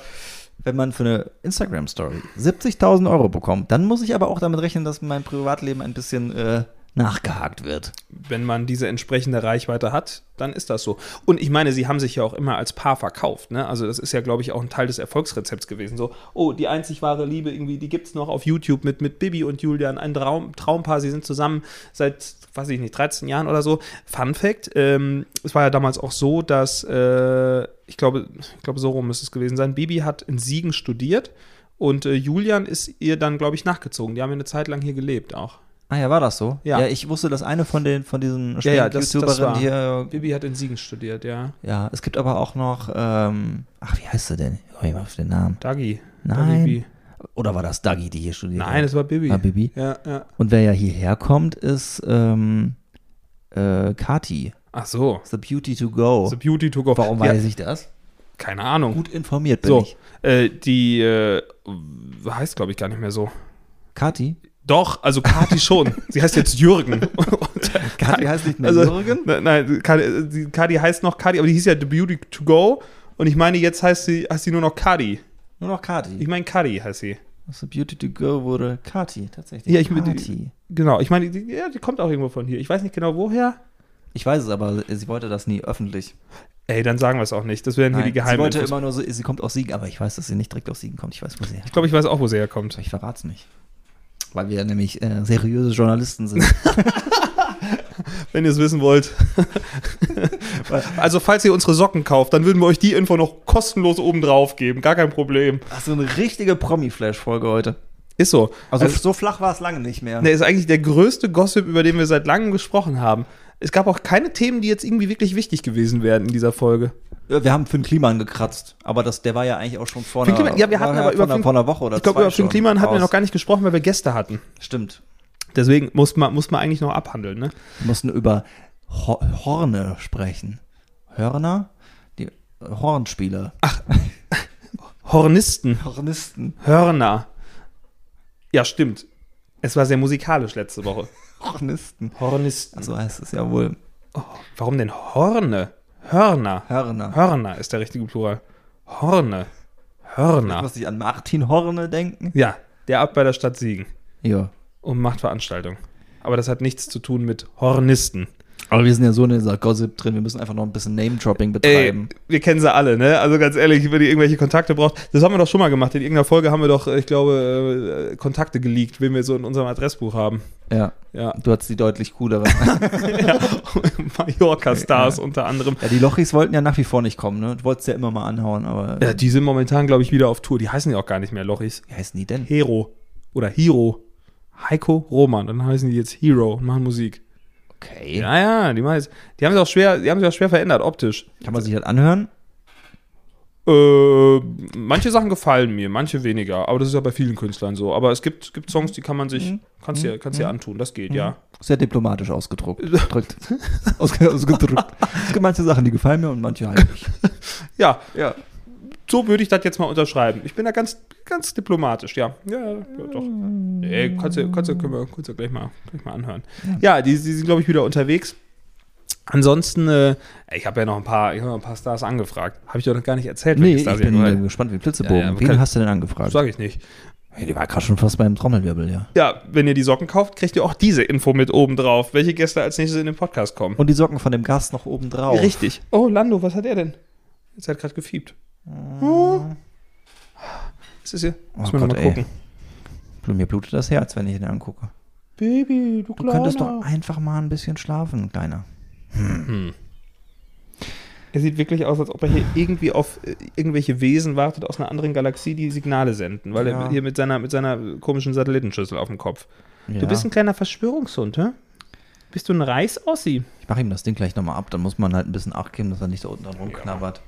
Speaker 3: Wenn man für eine Instagram-Story 70.000 Euro bekommt, dann muss ich aber auch damit rechnen, dass mein Privatleben ein bisschen äh, nachgehakt wird.
Speaker 2: wenn man diese entsprechende Reichweite hat, dann ist das so. Und ich meine, sie haben sich ja auch immer als Paar verkauft. Ne? Also das ist ja, glaube ich, auch ein Teil des Erfolgsrezepts gewesen. So, oh, die einzig wahre Liebe irgendwie, die gibt es noch auf YouTube mit, mit Bibi und Julian, ein Traum, Traumpaar. Sie sind zusammen seit, weiß ich nicht, 13 Jahren oder so. Fun Fact, ähm, es war ja damals auch so, dass, äh, ich, glaube, ich glaube, so rum müsste es gewesen sein, Bibi hat in Siegen studiert und äh, Julian ist ihr dann, glaube ich, nachgezogen. Die haben ja eine Zeit lang hier gelebt auch.
Speaker 3: Ah ja, war das so?
Speaker 2: Ja.
Speaker 3: ich wusste, dass eine von den von diesen
Speaker 2: Ja, ja, das- das
Speaker 3: YouTuberinnen
Speaker 2: war-
Speaker 3: hier.
Speaker 2: Bibi hat in Siegen studiert, ja.
Speaker 3: Ja, es gibt aber auch noch, ähm, ach, wie heißt sie denn? Ich komme mal auf den Namen.
Speaker 2: Dagi.
Speaker 3: Nein.
Speaker 2: Bibi.
Speaker 3: Oder war das Dagi, die hier studiert
Speaker 2: Nein,
Speaker 3: hat?
Speaker 2: es war Bibi.
Speaker 3: war Bibi.
Speaker 2: Ja, ja.
Speaker 3: Und wer ja hierher kommt, ist ähm, äh, Kati.
Speaker 2: Ach so.
Speaker 3: The Beauty to Go.
Speaker 2: The Beauty to go.
Speaker 3: Warum
Speaker 2: ja,
Speaker 3: weiß ich das?
Speaker 2: Keine Ahnung.
Speaker 3: Gut informiert bin
Speaker 2: so,
Speaker 3: ich.
Speaker 2: äh, die äh, heißt, glaube ich, gar nicht mehr so.
Speaker 3: Kati?
Speaker 2: Doch, also Kati
Speaker 3: *laughs*
Speaker 2: schon. Sie heißt jetzt Jürgen. Und, äh,
Speaker 3: Kati heißt nicht mehr Jürgen?
Speaker 2: ne- Nein, Kati, äh, die- Kati heißt noch Kati, aber die hieß ja The Beauty to go. Und ich meine, jetzt heißt sie, heißt sie nur noch Kati.
Speaker 3: Nur noch Kati.
Speaker 2: Ich meine, Kati heißt sie.
Speaker 3: Also Beauty to Go wurde Kati, tatsächlich.
Speaker 2: Ja, ich-
Speaker 3: Kati.
Speaker 2: Genau, ich meine, die, ja, die kommt auch irgendwo von hier. Ich weiß nicht genau woher.
Speaker 3: Ich weiß es, aber sie wollte das nie öffentlich.
Speaker 2: Ey, dann sagen wir es auch nicht. Das wären hier die
Speaker 3: sie
Speaker 2: geheimen.
Speaker 3: wollte
Speaker 2: Infos.
Speaker 3: immer nur so, sie kommt aus Siegen, aber ich weiß, dass sie nicht direkt aus Siegen kommt. Ich weiß, wo sie herkommt.
Speaker 2: Ich glaube, ich weiß auch, wo sie herkommt.
Speaker 3: Ich verrate es nicht. Weil wir nämlich äh, seriöse
Speaker 2: *laughs*
Speaker 3: Journalisten sind.
Speaker 2: Wenn ihr es wissen wollt. *laughs* also, falls ihr unsere Socken kauft, dann würden wir euch die Info noch kostenlos obendrauf geben. Gar kein Problem.
Speaker 3: Ach, so eine richtige Promi-Flash-Folge heute.
Speaker 2: Ist so.
Speaker 3: Also, so flach war es lange nicht mehr.
Speaker 2: Der ist eigentlich der größte Gossip, über den wir seit langem gesprochen haben. Es gab auch keine Themen, die jetzt irgendwie wirklich wichtig gewesen wären in dieser Folge.
Speaker 3: Ja, Äh, Wir haben Finn Kliman gekratzt, aber das, der war ja eigentlich auch schon vor
Speaker 2: Finn
Speaker 3: einer,
Speaker 2: Kliman- ja, wir hatten
Speaker 3: war
Speaker 2: aber über
Speaker 3: von, einer,
Speaker 2: Finn-
Speaker 3: von einer Woche oder
Speaker 2: Ich glaube,
Speaker 3: zwei
Speaker 2: über Finn
Speaker 3: schon
Speaker 2: Kliman hatten wir
Speaker 3: raus.
Speaker 2: noch gar nicht gesprochen, weil wir Gäste hatten.
Speaker 3: Stimmt.
Speaker 2: Deswegen muss man, muss man eigentlich noch abhandeln. Ne?
Speaker 3: Wir mussten über Ho Horne sprechen. Hörner? Die Hornspieler.
Speaker 2: Hornisten,
Speaker 3: Hornisten.
Speaker 2: Hörner. Ja, stimmt. Es war sehr musikalisch letzte Woche.
Speaker 3: Hornisten.
Speaker 2: Hornisten.
Speaker 3: So heißt es ja wohl.
Speaker 2: Warum denn Horne? Hörner.
Speaker 3: Hörner.
Speaker 2: Hörner ist der richtige Plural. Horne.
Speaker 3: Ich
Speaker 2: Hörner.
Speaker 3: muss ich an Martin Horne denken.
Speaker 2: Ja, der ab bei der Stadt Siegen
Speaker 3: Ja.
Speaker 2: und macht Veranstaltungen. Aber das hat nichts zu tun mit Hornisten.
Speaker 3: Aber wir sind ja so in dieser Gossip drin, wir müssen einfach noch ein bisschen Name-Dropping
Speaker 2: Ey,
Speaker 3: betreiben.
Speaker 2: wir kennen sie alle, ne? Also ganz ehrlich, wenn ihr irgendwelche Kontakte braucht, das haben wir doch schon mal gemacht. In irgendeiner Folge haben wir doch, ich glaube, äh, Kontakte geleakt, wen wir so in unserem Adressbuch haben.
Speaker 3: Ja.
Speaker 2: Ja. *laughs*
Speaker 3: Du hattest die deutlich *laughs* coolere.
Speaker 2: ja. Mallorca-Stars unter anderem.
Speaker 3: ja, die Lochis wollten ja nach wie vor nicht kommen, ne? Du wolltest ja immer mal anhauen, aber.
Speaker 2: Ja, Äh, die sind momentan, glaube ich, wieder auf Tour. Die heißen ja auch gar nicht mehr Lochis.
Speaker 3: Wie heißen die denn?
Speaker 2: Hero oder Hero. Heiko Roman, dann heißen die jetzt Hero und machen Musik.
Speaker 3: Okay.
Speaker 2: Ja, ja, die, machen jetzt, die haben sich auch schwer, die haben sich auch schwer verändert, optisch.
Speaker 3: Kann man sich halt anhören?
Speaker 2: Äh, manche Sachen gefallen mir, manche weniger. Aber das ist ja bei vielen Künstlern so. Aber es gibt, gibt Songs, die kann man sich, kannst dir, kannst dir antun, das geht, ja.
Speaker 3: Sehr diplomatisch *laughs* ausgedruckt. Drückt. Ausge *laughs* ausgedrückt. Es gibt manche Sachen, die gefallen mir und manche halt nicht.
Speaker 2: Ja,
Speaker 3: Ja.
Speaker 2: so würde ich das jetzt mal unterschreiben. Ich bin da ganz, ganz diplomatisch, ja. Ja, ja, ja doch. Nee, kannst du, kannst du, können wir, kannst du gleich, mal, gleich mal anhören. Ja, die, die sind, glaube ich, wieder unterwegs. Ansonsten, äh, ich habe ja noch ein paar, ich hab noch ein paar Stars angefragt. Habe ich dir noch gar nicht erzählt,
Speaker 3: Nee,
Speaker 2: welche
Speaker 3: ich
Speaker 2: Stars
Speaker 3: bin
Speaker 2: angefragt
Speaker 3: gespannt wie Blitzebogen.
Speaker 2: Ja, ja, aber
Speaker 3: Wen
Speaker 2: kann-
Speaker 3: hast du denn
Speaker 2: habe.
Speaker 3: angefragt?
Speaker 2: Sag ich nicht.
Speaker 3: Hey, die war gerade schon fast beim Trommelwirbel, ja.
Speaker 2: Ja, wenn ihr die Socken kauft, kriegt ihr auch diese Info mit oben drauf, welche Gäste als nächstes in den Podcast kommen.
Speaker 3: Und die Socken von dem Gast noch oben drauf.
Speaker 2: Richtig. Oh, Lando, was hat er denn? Jetzt hat gerade gefiebt. Oh. Was ist hier? Muss man
Speaker 3: Äh. Oh
Speaker 2: noch
Speaker 3: Gott,
Speaker 2: mal
Speaker 3: ey.
Speaker 2: gucken.
Speaker 3: Mir blutet das Herz, wenn ich ihn angucke.
Speaker 2: Baby, du,
Speaker 3: Du könntest doch einfach mal ein bisschen schlafen, Kleiner.
Speaker 2: Er sieht wirklich aus, als ob er hier irgendwie auf äh, irgendwelche Wesen wartet aus einer anderen Galaxie, die Signale senden, weil
Speaker 3: Ja.
Speaker 2: er hier mit seiner, mit seiner komischen Satellitenschüssel auf dem Kopf.
Speaker 3: Ja.
Speaker 2: Du bist ein kleiner Verschwörungshund, hä? Bist du ein Reichsossi?
Speaker 3: ich mache ihm das Ding gleich nochmal ab, dann muss man halt ein bisschen Acht geben, dass er nicht so unten dran rumknabbert.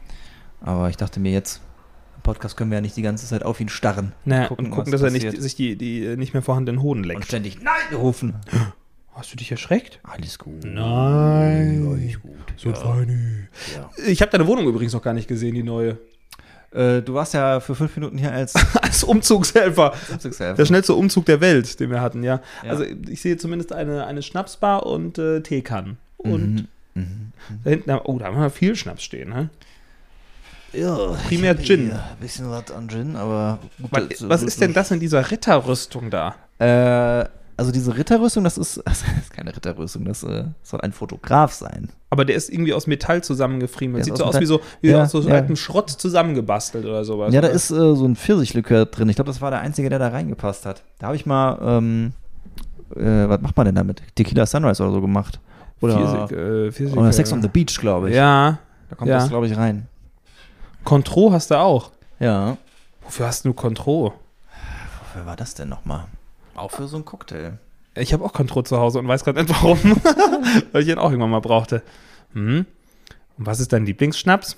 Speaker 3: Aber ich dachte mir jetzt, im Podcast können wir ja nicht die ganze Zeit auf ihn starren.
Speaker 2: Na, und gucken, dass er nicht,
Speaker 3: passiert.
Speaker 2: sich die, die äh, nicht mehr vorhandenen Hoden
Speaker 3: Und
Speaker 2: leckt.
Speaker 3: ständig Nein rufen.
Speaker 2: Hast du dich erschreckt?
Speaker 3: Alles gut.
Speaker 2: Nein.
Speaker 3: Alles gut.
Speaker 2: So fein. Ich habe deine Wohnung übrigens noch gar nicht gesehen, die neue. *laughs*
Speaker 3: Äh, du warst ja für fünf Minuten hier als
Speaker 2: Als Umzugshelfer. Der
Speaker 3: Umzugshelfer.
Speaker 2: schnellste Umzug der Welt, den wir hatten, ja.
Speaker 3: Ja.
Speaker 2: Also ich sehe zumindest eine, eine Schnapsbar und äh, Teekannen. Und
Speaker 3: Mhm.
Speaker 2: da hinten, haben- oh, da haben wir viel Schnaps stehen, ne?
Speaker 3: Ja,
Speaker 2: Primär
Speaker 3: ich hab
Speaker 2: Gin.
Speaker 3: hier Ein bisschen was an Gin, aber gut,
Speaker 2: Was,
Speaker 3: das-
Speaker 2: was ist denn das in dieser Ritterrüstung da?
Speaker 3: Äh, also diese Ritterrüstung, das ist, *laughs* das ist keine Ritterrüstung, das äh, soll ein Fotograf sein.
Speaker 2: Aber der ist irgendwie aus Metall zusammengefriemelt.
Speaker 3: Der
Speaker 2: Sieht
Speaker 3: ist
Speaker 2: so
Speaker 3: aus
Speaker 2: aus wie so, wie
Speaker 3: Ja,
Speaker 2: aus so
Speaker 3: ja.
Speaker 2: altem Schrott zusammengebastelt oder sowas.
Speaker 3: ja, da ist äh, so ein Pfirsichlikör drin. Ich glaube, das war der einzige, der da reingepasst hat. Da habe ich mal, ähm, äh, was macht man denn damit? Tequila Sunrise oder so gemacht. Oder,
Speaker 2: Physik, äh, Physik,
Speaker 3: oder Oh, Sex on the Beach, glaube ich.
Speaker 2: Ja.
Speaker 3: Da kommt
Speaker 2: ja.
Speaker 3: das, glaube ich, rein.
Speaker 2: Contro hast du auch.
Speaker 3: Ja.
Speaker 2: Wofür hast du Contro?
Speaker 3: Wofür war das denn nochmal? Auch für so einen Cocktail.
Speaker 2: Äh, Ich habe auch Contro zu Hause und weiß gerade nicht warum. *laughs* Weil ich ihn auch irgendwann mal brauchte. Hm. Und was ist dein Lieblingsschnaps?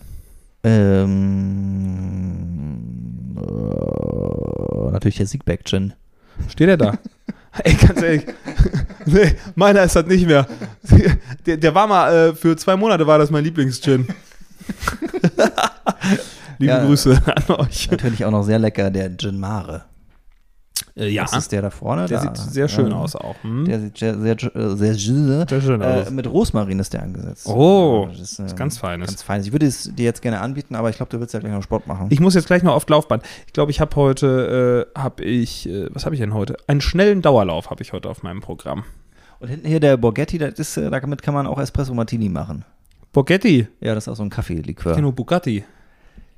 Speaker 3: Ähm, äh, natürlich der Siegback Gin.
Speaker 2: Steht er da? *laughs* Ey, ganz ehrlich. *laughs* Nee, meiner ist das nicht mehr. *laughs* Der, der war mal, äh, für zwei Monate war das mein *laughs* Lieblingsgin. Liebe
Speaker 3: Ja.
Speaker 2: Grüße an euch.
Speaker 3: Natürlich auch noch sehr lecker der Gin Mare.
Speaker 2: Äh, ja,
Speaker 3: Das ist der da vorne.
Speaker 2: der
Speaker 3: da,
Speaker 2: sieht sehr schön
Speaker 3: ja.
Speaker 2: aus auch. Hm?
Speaker 3: Der sieht sehr, sehr, äh, sehr, sehr,
Speaker 2: Sehr schön
Speaker 3: äh,
Speaker 2: aus.
Speaker 3: Mit Rosmarin ist der angesetzt.
Speaker 2: Oh,
Speaker 3: Ja, das
Speaker 2: was
Speaker 3: ähm,
Speaker 2: ganz Feines.
Speaker 3: Ganz fein. Ich würde es dir jetzt gerne anbieten, aber ich glaube, du willst ja gleich noch Sport machen.
Speaker 2: Ich muss jetzt gleich noch auf Laufband. Ich glaube, ich habe heute, äh, habe ich, äh, was habe ich denn heute? Einen schnellen Dauerlauf habe ich heute auf meinem Programm.
Speaker 3: Und hinten hier der Borghetti, das ist, äh, damit kann man auch Espresso Martini machen.
Speaker 2: Borghetti,
Speaker 3: Ja, das ist auch so ein Kaffeelikör.
Speaker 2: Kino Bugatti.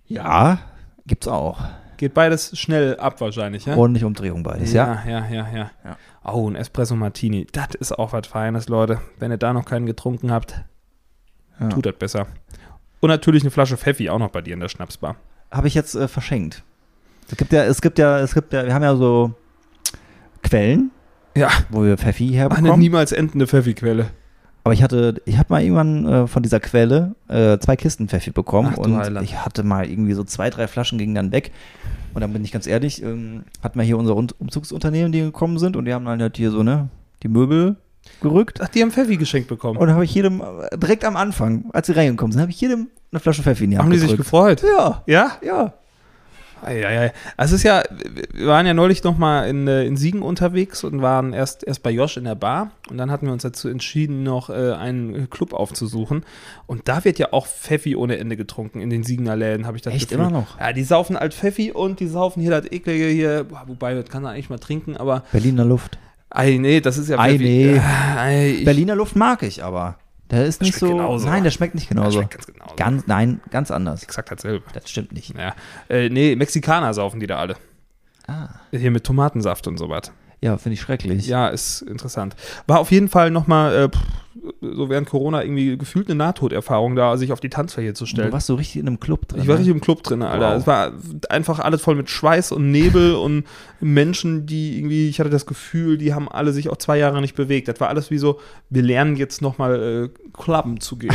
Speaker 3: Ja, gibt's auch.
Speaker 2: Geht beides schnell ab wahrscheinlich, ja?
Speaker 3: Ordentlich Umdrehung beides, ja.
Speaker 2: ja, ja, ja,
Speaker 3: Ja.
Speaker 2: Oh, ein Espresso Martini. Das ist auch was Feines, Leute. Wenn ihr da noch keinen getrunken habt,
Speaker 3: Ja.
Speaker 2: tut das besser. Und natürlich eine Flasche Pfeffi auch noch bei dir in der Schnapsbar.
Speaker 3: Habe ich jetzt äh, verschenkt. Es gibt ja, es gibt ja, es gibt ja, wir haben ja so Quellen,
Speaker 2: Ja,
Speaker 3: wo wir Pfeffi
Speaker 2: eine
Speaker 3: herbekommen.
Speaker 2: niemals endende Pfeffi-Quelle.
Speaker 3: Aber ich hatte, ich habe mal irgendwann äh, von dieser Quelle äh, zwei Kisten Pfeffi bekommen
Speaker 2: Ach, du
Speaker 3: und
Speaker 2: Heiland.
Speaker 3: ich hatte mal irgendwie so zwei, drei Flaschen gingen dann weg. Und dann bin ich ganz ehrlich, ähm, hat mal hier unser Un- Umzugsunternehmen, die gekommen sind und die haben dann halt hier so ne die Möbel gerückt.
Speaker 2: Ach, die haben Pfeffi geschenkt bekommen.
Speaker 3: Und dann habe ich jedem äh, direkt am Anfang, als sie reingekommen sind, habe ich jedem eine Flasche Pfeffi in die Hand
Speaker 2: haben die sich
Speaker 3: gedrückt.
Speaker 2: gefreut?
Speaker 3: Ja,
Speaker 2: Ja?
Speaker 3: ja.
Speaker 2: Eieiei. Also es ist ja, wir waren ja neulich nochmal in, äh, in Siegen unterwegs und waren erst, erst bei Josh in der Bar und dann hatten wir uns dazu entschieden, noch äh, einen Club aufzusuchen. Und da wird ja auch Pfeffi ohne Ende getrunken in den Siegener Läden, habe ich das
Speaker 3: Echt?
Speaker 2: Gefühl.
Speaker 3: Immer noch?
Speaker 2: Ja, die saufen alt Pfeffi und die saufen hier das eklige hier, boah, wobei, das kann er eigentlich mal trinken, aber
Speaker 3: Berliner Luft.
Speaker 2: ei, nee, das ist ja
Speaker 3: Ei, nee.
Speaker 2: Ah, Ei, ich,
Speaker 3: Berliner Luft mag ich, aber der ist nicht
Speaker 2: schmeckt
Speaker 3: so.
Speaker 2: genauso.
Speaker 3: Nein, der schmeckt nicht
Speaker 2: das
Speaker 3: genauso.
Speaker 2: schmeckt ganz genau.
Speaker 3: ganz, nein, ganz anders.
Speaker 2: Exakt dasselbe.
Speaker 3: Das stimmt nicht.
Speaker 2: Ja. Äh, nee, Mexikaner saufen die da alle.
Speaker 3: Ah.
Speaker 2: Hier mit Tomatensaft und so was.
Speaker 3: Ja, finde ich schrecklich.
Speaker 2: Ja, ist interessant. War auf jeden Fall nochmal, äh, pff, so während Corona irgendwie gefühlt eine Nahtoderfahrung da, sich auf die Tanzfläche zu
Speaker 3: Du
Speaker 2: stellen.
Speaker 3: warst so richtig in einem Club drin.
Speaker 2: Ich war
Speaker 3: ne?
Speaker 2: richtig im Club drin, Alter.
Speaker 3: Wow.
Speaker 2: Es war einfach alles voll mit Schweiß und Nebel *laughs* und Menschen, die irgendwie, ich hatte das Gefühl, die haben alle sich auch zwei Jahre nicht bewegt. Das war alles wie so, wir lernen jetzt nochmal äh, Clubben zu
Speaker 3: *laughs*
Speaker 2: gehen.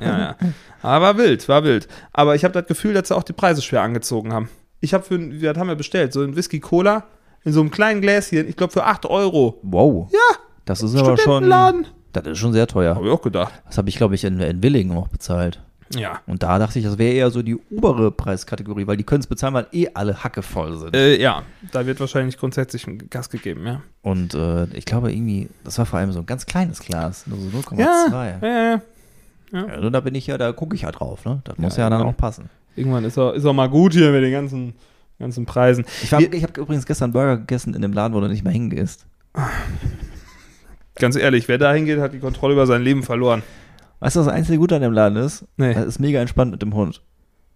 Speaker 2: ja, ja. Aber war wild, war wild. Aber ich habe das Gefühl, dass sie auch die Preise schwer angezogen haben. Ich habe für, ein- was haben wir bestellt? So ein Whisky Cola in so einem kleinen Gläschen, ich glaube für 8 Euro.
Speaker 3: Wow.
Speaker 2: Ja,
Speaker 3: Das ist aber schon.
Speaker 2: Studentenladen.
Speaker 3: Das ist schon sehr teuer.
Speaker 2: Habe ich auch gedacht.
Speaker 3: Das habe ich, glaube ich, in, in Willingen auch bezahlt.
Speaker 2: Ja.
Speaker 3: Und da dachte ich, das wäre eher so die obere Preiskategorie, weil die können es bezahlen, weil eh alle Hacke voll sind.
Speaker 2: Äh, ja, da wird wahrscheinlich grundsätzlich ein Gas gegeben, ja.
Speaker 3: Und äh, ich glaube irgendwie, das war vor allem so ein ganz kleines Glas, nur so 0,2.
Speaker 2: Ja, ja, ja.
Speaker 3: Also da bin ich ja, da gucke ich ja drauf, ne? Das muss
Speaker 2: Ja,
Speaker 3: ja, dann
Speaker 2: genau.
Speaker 3: auch passen.
Speaker 2: Irgendwann ist er, ist er mal gut hier mit den ganzen, ganzen Preisen.
Speaker 3: Ich, war- ich habe übrigens gestern Burger gegessen in dem Laden, wo du nicht mehr hingehst.
Speaker 2: Ganz ehrlich, wer da hingeht, hat die Kontrolle über sein Leben verloren.
Speaker 3: Weißt du, was das einzige Gute an dem Laden ist?
Speaker 2: Nee.
Speaker 3: Das ist mega entspannt mit dem Hund.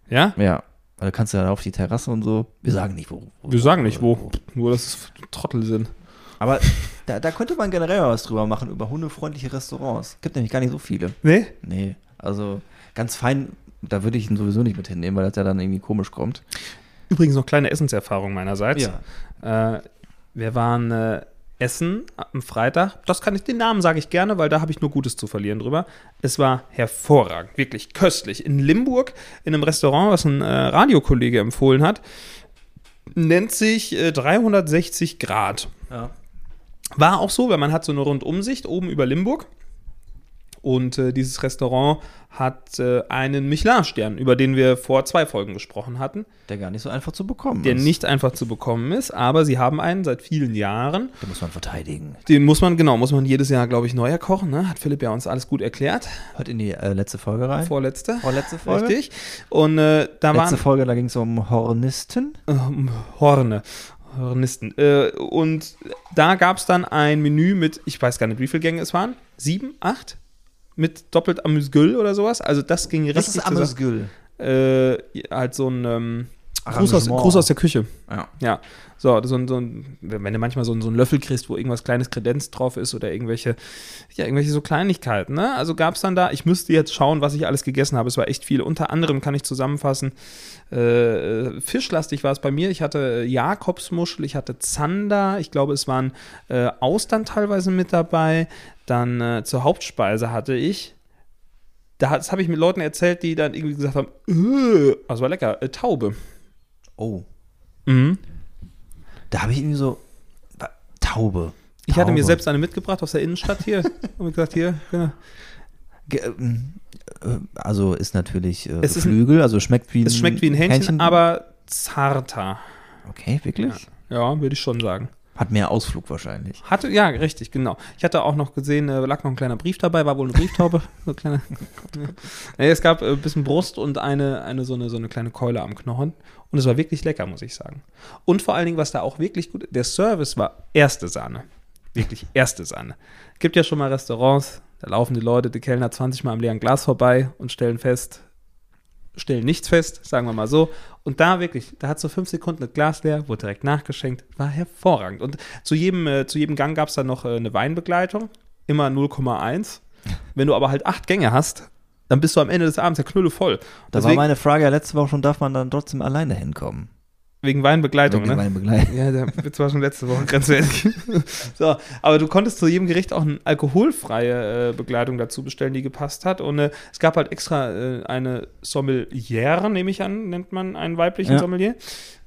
Speaker 2: Ja?
Speaker 3: Ja. Weil du kannst ja dann auf die Terrasse und so. Wir sagen nicht, wo. wo-
Speaker 2: Wir sagen nicht wo, nur dass es Trottel sind.
Speaker 3: Aber *laughs* da, da könnte man generell mal was drüber machen, über hundefreundliche Restaurants. Gibt nämlich gar nicht so viele.
Speaker 2: Nee?
Speaker 3: Nee. Also ganz fein, da würde ich ihn sowieso nicht mit hinnehmen, weil das ja dann irgendwie komisch kommt.
Speaker 2: Übrigens noch kleine Essenserfahrung meinerseits. Äh, wir waren äh, essen am Freitag. Das kann ich, den Namen sage ich gerne, weil da habe ich nur Gutes zu verlieren drüber. Es war hervorragend, wirklich köstlich. In Limburg, in einem Restaurant, was ein äh, Radiokollege empfohlen hat, nennt sich äh, 360 Grad.
Speaker 3: Ja.
Speaker 2: War auch so, weil man hat so eine Rundumsicht oben über Limburg. Und äh, dieses Restaurant hat äh, einen Michelin-Stern, über den wir vor zwei Folgen gesprochen hatten,
Speaker 3: Der gar nicht so einfach zu bekommen
Speaker 2: der
Speaker 3: ist.
Speaker 2: nicht einfach zu bekommen ist, aber sie haben einen seit vielen Jahren.
Speaker 3: Den muss man verteidigen.
Speaker 2: Den muss man, genau, muss man jedes Jahr, glaube ich, neu erkochen. Ne? Hat Philipp ja uns alles gut erklärt.
Speaker 3: Hört in die äh, letzte Folge rein.
Speaker 2: Vorletzte.
Speaker 3: Vorletzte Folge.
Speaker 2: Richtig. Und äh, da waren.
Speaker 3: Letzte Folge, da ging es um Hornisten.
Speaker 2: ähm, Horne. Hornisten. Äh, und da gab es dann ein Menü mit, ich weiß gar nicht, wie viele Gänge es waren. Sieben, acht? Mit doppelt Amüsgül oder sowas. Also das ging richtig zusammen.
Speaker 3: Amüsgül.
Speaker 2: Äh, halt so ein ähm, Gruß, aus,
Speaker 3: Arrangement.
Speaker 2: Gruß aus der Küche.
Speaker 3: Ja.
Speaker 2: Ja, so, so, ein- so ein, wenn du manchmal so, ein- so einen Löffel kriegst, wo irgendwas kleines Kredenz drauf ist oder irgendwelche, ja, irgendwelche so Kleinigkeiten, ne? Also gab es dann da, ich müsste jetzt schauen, was ich alles gegessen habe. Es war echt viel. Unter anderem kann ich zusammenfassen, äh, fischlastig war es bei mir. Ich hatte äh, Jakobsmuschel, ich hatte Zander, ich glaube, es waren äh, Austern teilweise mit dabei. Dann äh, zur Hauptspeise hatte ich. Da, hat- das habe ich mit Leuten erzählt, die dann irgendwie gesagt haben, äh, das war lecker, äh, Taube.
Speaker 3: Oh.
Speaker 2: Mhm.
Speaker 3: Da habe ich irgendwie so. wa- Taube.
Speaker 2: Ich hatte mir
Speaker 3: Taube.
Speaker 2: selbst eine mitgebracht aus der Innenstadt hier. und mir gesagt, hier, genau.
Speaker 3: Ge ähm, äh, also ist natürlich äh,
Speaker 2: Es ist ein-
Speaker 3: Geflügel, also schmeckt wie
Speaker 2: es schmeckt wie ein Hähnchen, aber zarter.
Speaker 3: Okay, wirklich?
Speaker 2: Ja, würde ich schon sagen.
Speaker 3: Hat mehr Ausflug wahrscheinlich.
Speaker 2: Hatte, ja, richtig, genau. Ich hatte auch noch gesehen, äh, lag noch ein kleiner Brief dabei, war wohl eine Brieftaube. so ein kleiner, ja. nee, es gab äh, ein bisschen Brust und eine, eine, so eine so eine kleine Keule am Knochen. Und es war wirklich lecker, muss ich sagen. Und vor allen Dingen, was da auch wirklich gut, der Service war erste Sahne. Wirklich erste Sahne. Gibt ja schon mal Restaurants, da laufen die Leute, die Kellner 20 Mal am leeren Glas vorbei und stellen fest, stellen nichts fest, sagen wir mal so. Und da wirklich, da hat so fünf Sekunden das Glas leer, wurde direkt nachgeschenkt, war hervorragend. Und zu jedem, äh, zu jedem Gang gab es dann noch äh, eine Weinbegleitung, immer 0,1. Wenn du aber halt acht Gänge hast, dann bist du am Ende des Abends ja knüllevoll.
Speaker 3: Da war meine Frage ja letzte Woche schon, darf man dann trotzdem alleine hinkommen?
Speaker 2: wegen Weinbegleitung,
Speaker 3: Wegen
Speaker 2: ne?
Speaker 3: Weinbegleitung.
Speaker 2: Ja, der Witz war schon letzte Woche grenzwertig. *laughs* so, aber du konntest zu jedem Gericht auch eine alkoholfreie äh, Begleitung dazu bestellen, die gepasst hat. Und äh, es gab halt extra äh, eine Sommelier, nehme ich an, nennt man einen weiblichen
Speaker 3: Ja.
Speaker 2: Sommelier,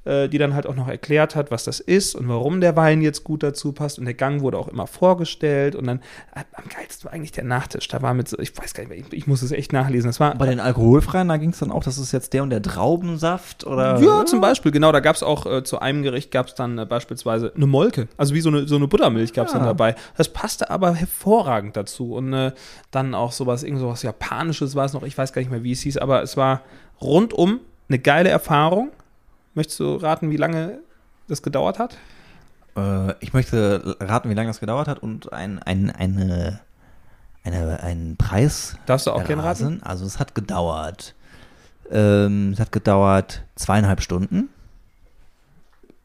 Speaker 2: äh, die dann halt auch noch erklärt hat, was das ist und warum der Wein jetzt gut dazu passt. Und der Gang wurde auch immer vorgestellt. Und dann äh, am geilsten war eigentlich der Nachtisch. Da war mit, so, ich weiß gar nicht mehr, ich, ich muss es echt nachlesen. Das war
Speaker 3: *laughs* Bei den Alkoholfreien, da ging es dann auch, das ist jetzt der und der Traubensaft oder.
Speaker 2: Ja, zum Beispiel, genau. Da gab es auch äh, zu einem Gericht gab es dann äh, beispielsweise eine Molke. Also wie so eine, so eine Buttermilch gab es dann
Speaker 3: Ah.
Speaker 2: dabei. Das passte aber hervorragend dazu. Und äh, dann auch sowas, irgend sowas Japanisches war es noch. Ich weiß gar nicht mehr, wie es hieß, aber es war rundum eine geile Erfahrung. Möchtest du raten, wie lange das gedauert hat?
Speaker 3: Äh, ich möchte raten, wie lange das gedauert hat und ein, ein, eine, eine, einen Preis.
Speaker 2: Darfst du auch gerne raten?
Speaker 3: erraten. Also es hat gedauert. Ähm, es hat gedauert zweieinhalb Stunden.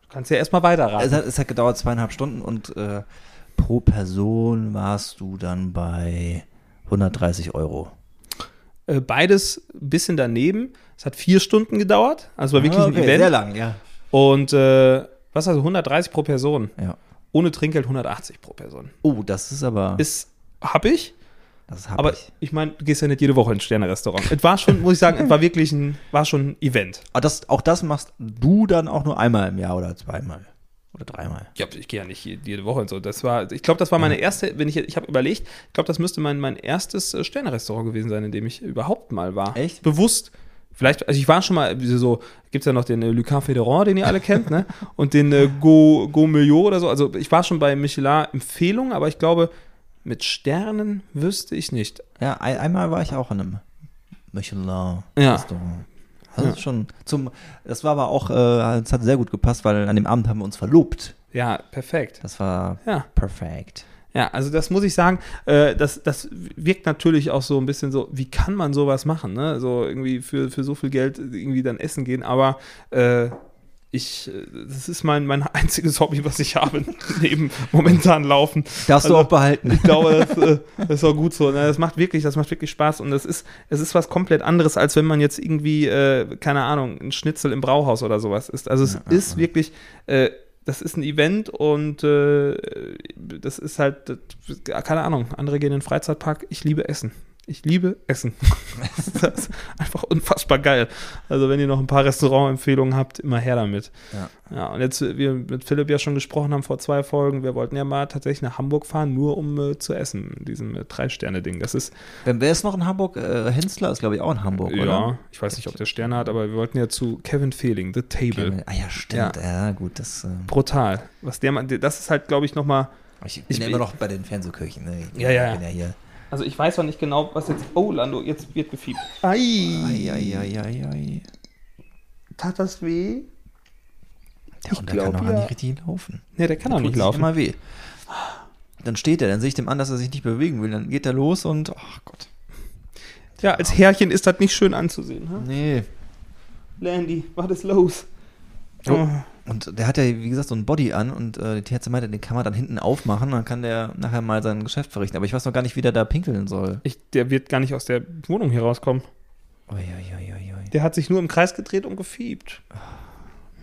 Speaker 2: Du kannst ja erstmal weiterraten.
Speaker 3: Es hat, es hat gedauert zweieinhalb Stunden und äh, pro Person warst du dann bei 130 Euro.
Speaker 2: Äh, beides ein bisschen daneben. Es hat vier Stunden gedauert. Also war wirklich
Speaker 3: Ah, okay,
Speaker 2: ein Event.
Speaker 3: Sehr lang, ja.
Speaker 2: Und äh, was also 130 pro Person.
Speaker 3: ja.
Speaker 2: Ohne Trinkgeld 180 pro Person.
Speaker 3: Oh, das ist aber.
Speaker 2: ist, hab ich,
Speaker 3: das hab
Speaker 2: aber
Speaker 3: ich.
Speaker 2: ich, meine, du gehst ja nicht jede Woche in ein Sterne-Restaurant. Es war schon, muss ich sagen, es war wirklich ein, war schon ein Event.
Speaker 3: Aber Ah, das, auch das machst du dann auch nur einmal im Jahr oder zweimal oder dreimal.
Speaker 2: Ja, ich gehe ja nicht je- jede Woche und so. Das war, ich glaube, das war meine erste, wenn ich, ich habe überlegt, ich glaube, das müsste mein, mein erstes äh, Sterne-Restaurant gewesen sein, in dem ich überhaupt mal war.
Speaker 3: Echt?
Speaker 2: Bewusst. Vielleicht, also ich war schon mal, so, gibt es ja noch den äh, Lucas Federant, den ihr alle kennt, *laughs* ne? Und den äh, Go, Go Milieu oder so. Also ich war schon bei Michelin-Empfehlungen, aber ich glaube, mit Sternen wüsste ich nicht.
Speaker 3: Ja, ein, einmal war ich auch in einem Michelin-Restaurant. Das ist schon zum. Das war aber auch, äh, es hat sehr gut gepasst, weil an dem Abend haben wir uns verlobt.
Speaker 2: Ja, perfekt.
Speaker 3: Das war
Speaker 2: Ja.
Speaker 3: perfekt.
Speaker 2: Ja, also das muss ich sagen, äh, das, das wirkt natürlich auch so ein bisschen so, wie kann man sowas machen, ne? So irgendwie für, für so viel Geld irgendwie dann essen gehen, aber äh, ich, äh, das ist mein, *laughs* mein einziges Hobby, was ich habe, *laughs* neben momentan Laufen.
Speaker 3: Darfst
Speaker 2: Also-
Speaker 3: du auch behalten.
Speaker 2: Ich glaube, das, äh, das ist auch gut so. Ne? Das macht wirklich, das macht wirklich Spaß und das ist, es ist was komplett anderes, als wenn man jetzt irgendwie, äh, keine Ahnung, ein Schnitzel im Brauhaus oder sowas isst. Also es ist wirklich, äh, das ist ein Event und äh, das ist halt, das, keine Ahnung, andere gehen in den Freizeitpark. Ich liebe Essen. Ich liebe Essen. das ist einfach unfassbar geil. Also wenn ihr noch ein paar Restaurantempfehlungen habt, immer her damit.
Speaker 3: Ja.
Speaker 2: Ja, und jetzt, äh, wir mit Philipp ja schon gesprochen haben vor zwei Folgen, wir wollten ja mal tatsächlich nach Hamburg fahren, nur um äh, zu essen, in diesem äh, Drei-Sterne-Ding. Das ist,
Speaker 3: Wer wer ist noch in Hamburg? Äh, Hensler ist, glaube ich, auch in Hamburg,
Speaker 2: ja,
Speaker 3: oder?
Speaker 2: ich weiß nicht, ob der Sterne hat, aber wir wollten ja zu Kevin Fehling, The Table.
Speaker 3: Ah ja, stimmt. Ja, gut, das. Äh,
Speaker 2: Brutal. Was der Mann, das ist halt, glaube ich, nochmal,
Speaker 3: ich bin
Speaker 2: Ich-
Speaker 3: ja immer noch bei den Fernsehkirchen. Ne? Ich bin
Speaker 2: Ja, ja.
Speaker 3: bin ja hier.
Speaker 2: also ich weiß noch nicht genau, was jetzt, oh, Lando, jetzt wird gefiebt.
Speaker 3: Ei, ei, ei, ei, ei.
Speaker 2: Tat das weh?
Speaker 3: Der Hund der kann
Speaker 2: glaub,
Speaker 3: noch
Speaker 2: ja.
Speaker 3: nicht richtig laufen.
Speaker 2: Nee, der kann auch
Speaker 3: Tut
Speaker 2: nicht
Speaker 3: sich
Speaker 2: laufen.
Speaker 3: Immer weh. Dann steht er, dann sehe ich dem an, dass er sich nicht bewegen will. Dann geht er los und. Ach Gott.
Speaker 2: Ja, als Herrchen ist das nicht schön anzusehen. Hm?
Speaker 3: Nee.
Speaker 2: Landy, was ist los?
Speaker 3: Oh.
Speaker 2: Oh.
Speaker 3: Und der hat ja, wie gesagt, so ein Body an und äh, die Tierärztin meinte, den kann man dann hinten aufmachen, dann kann der nachher mal sein Geschäft verrichten. Aber ich weiß noch gar nicht, wie der da pinkeln soll.
Speaker 2: Ich, der wird gar nicht aus der Wohnung hier rauskommen.
Speaker 3: Ui, ui, ui, ui, ui.
Speaker 2: Der hat sich nur im Kreis gedreht und gefiebt.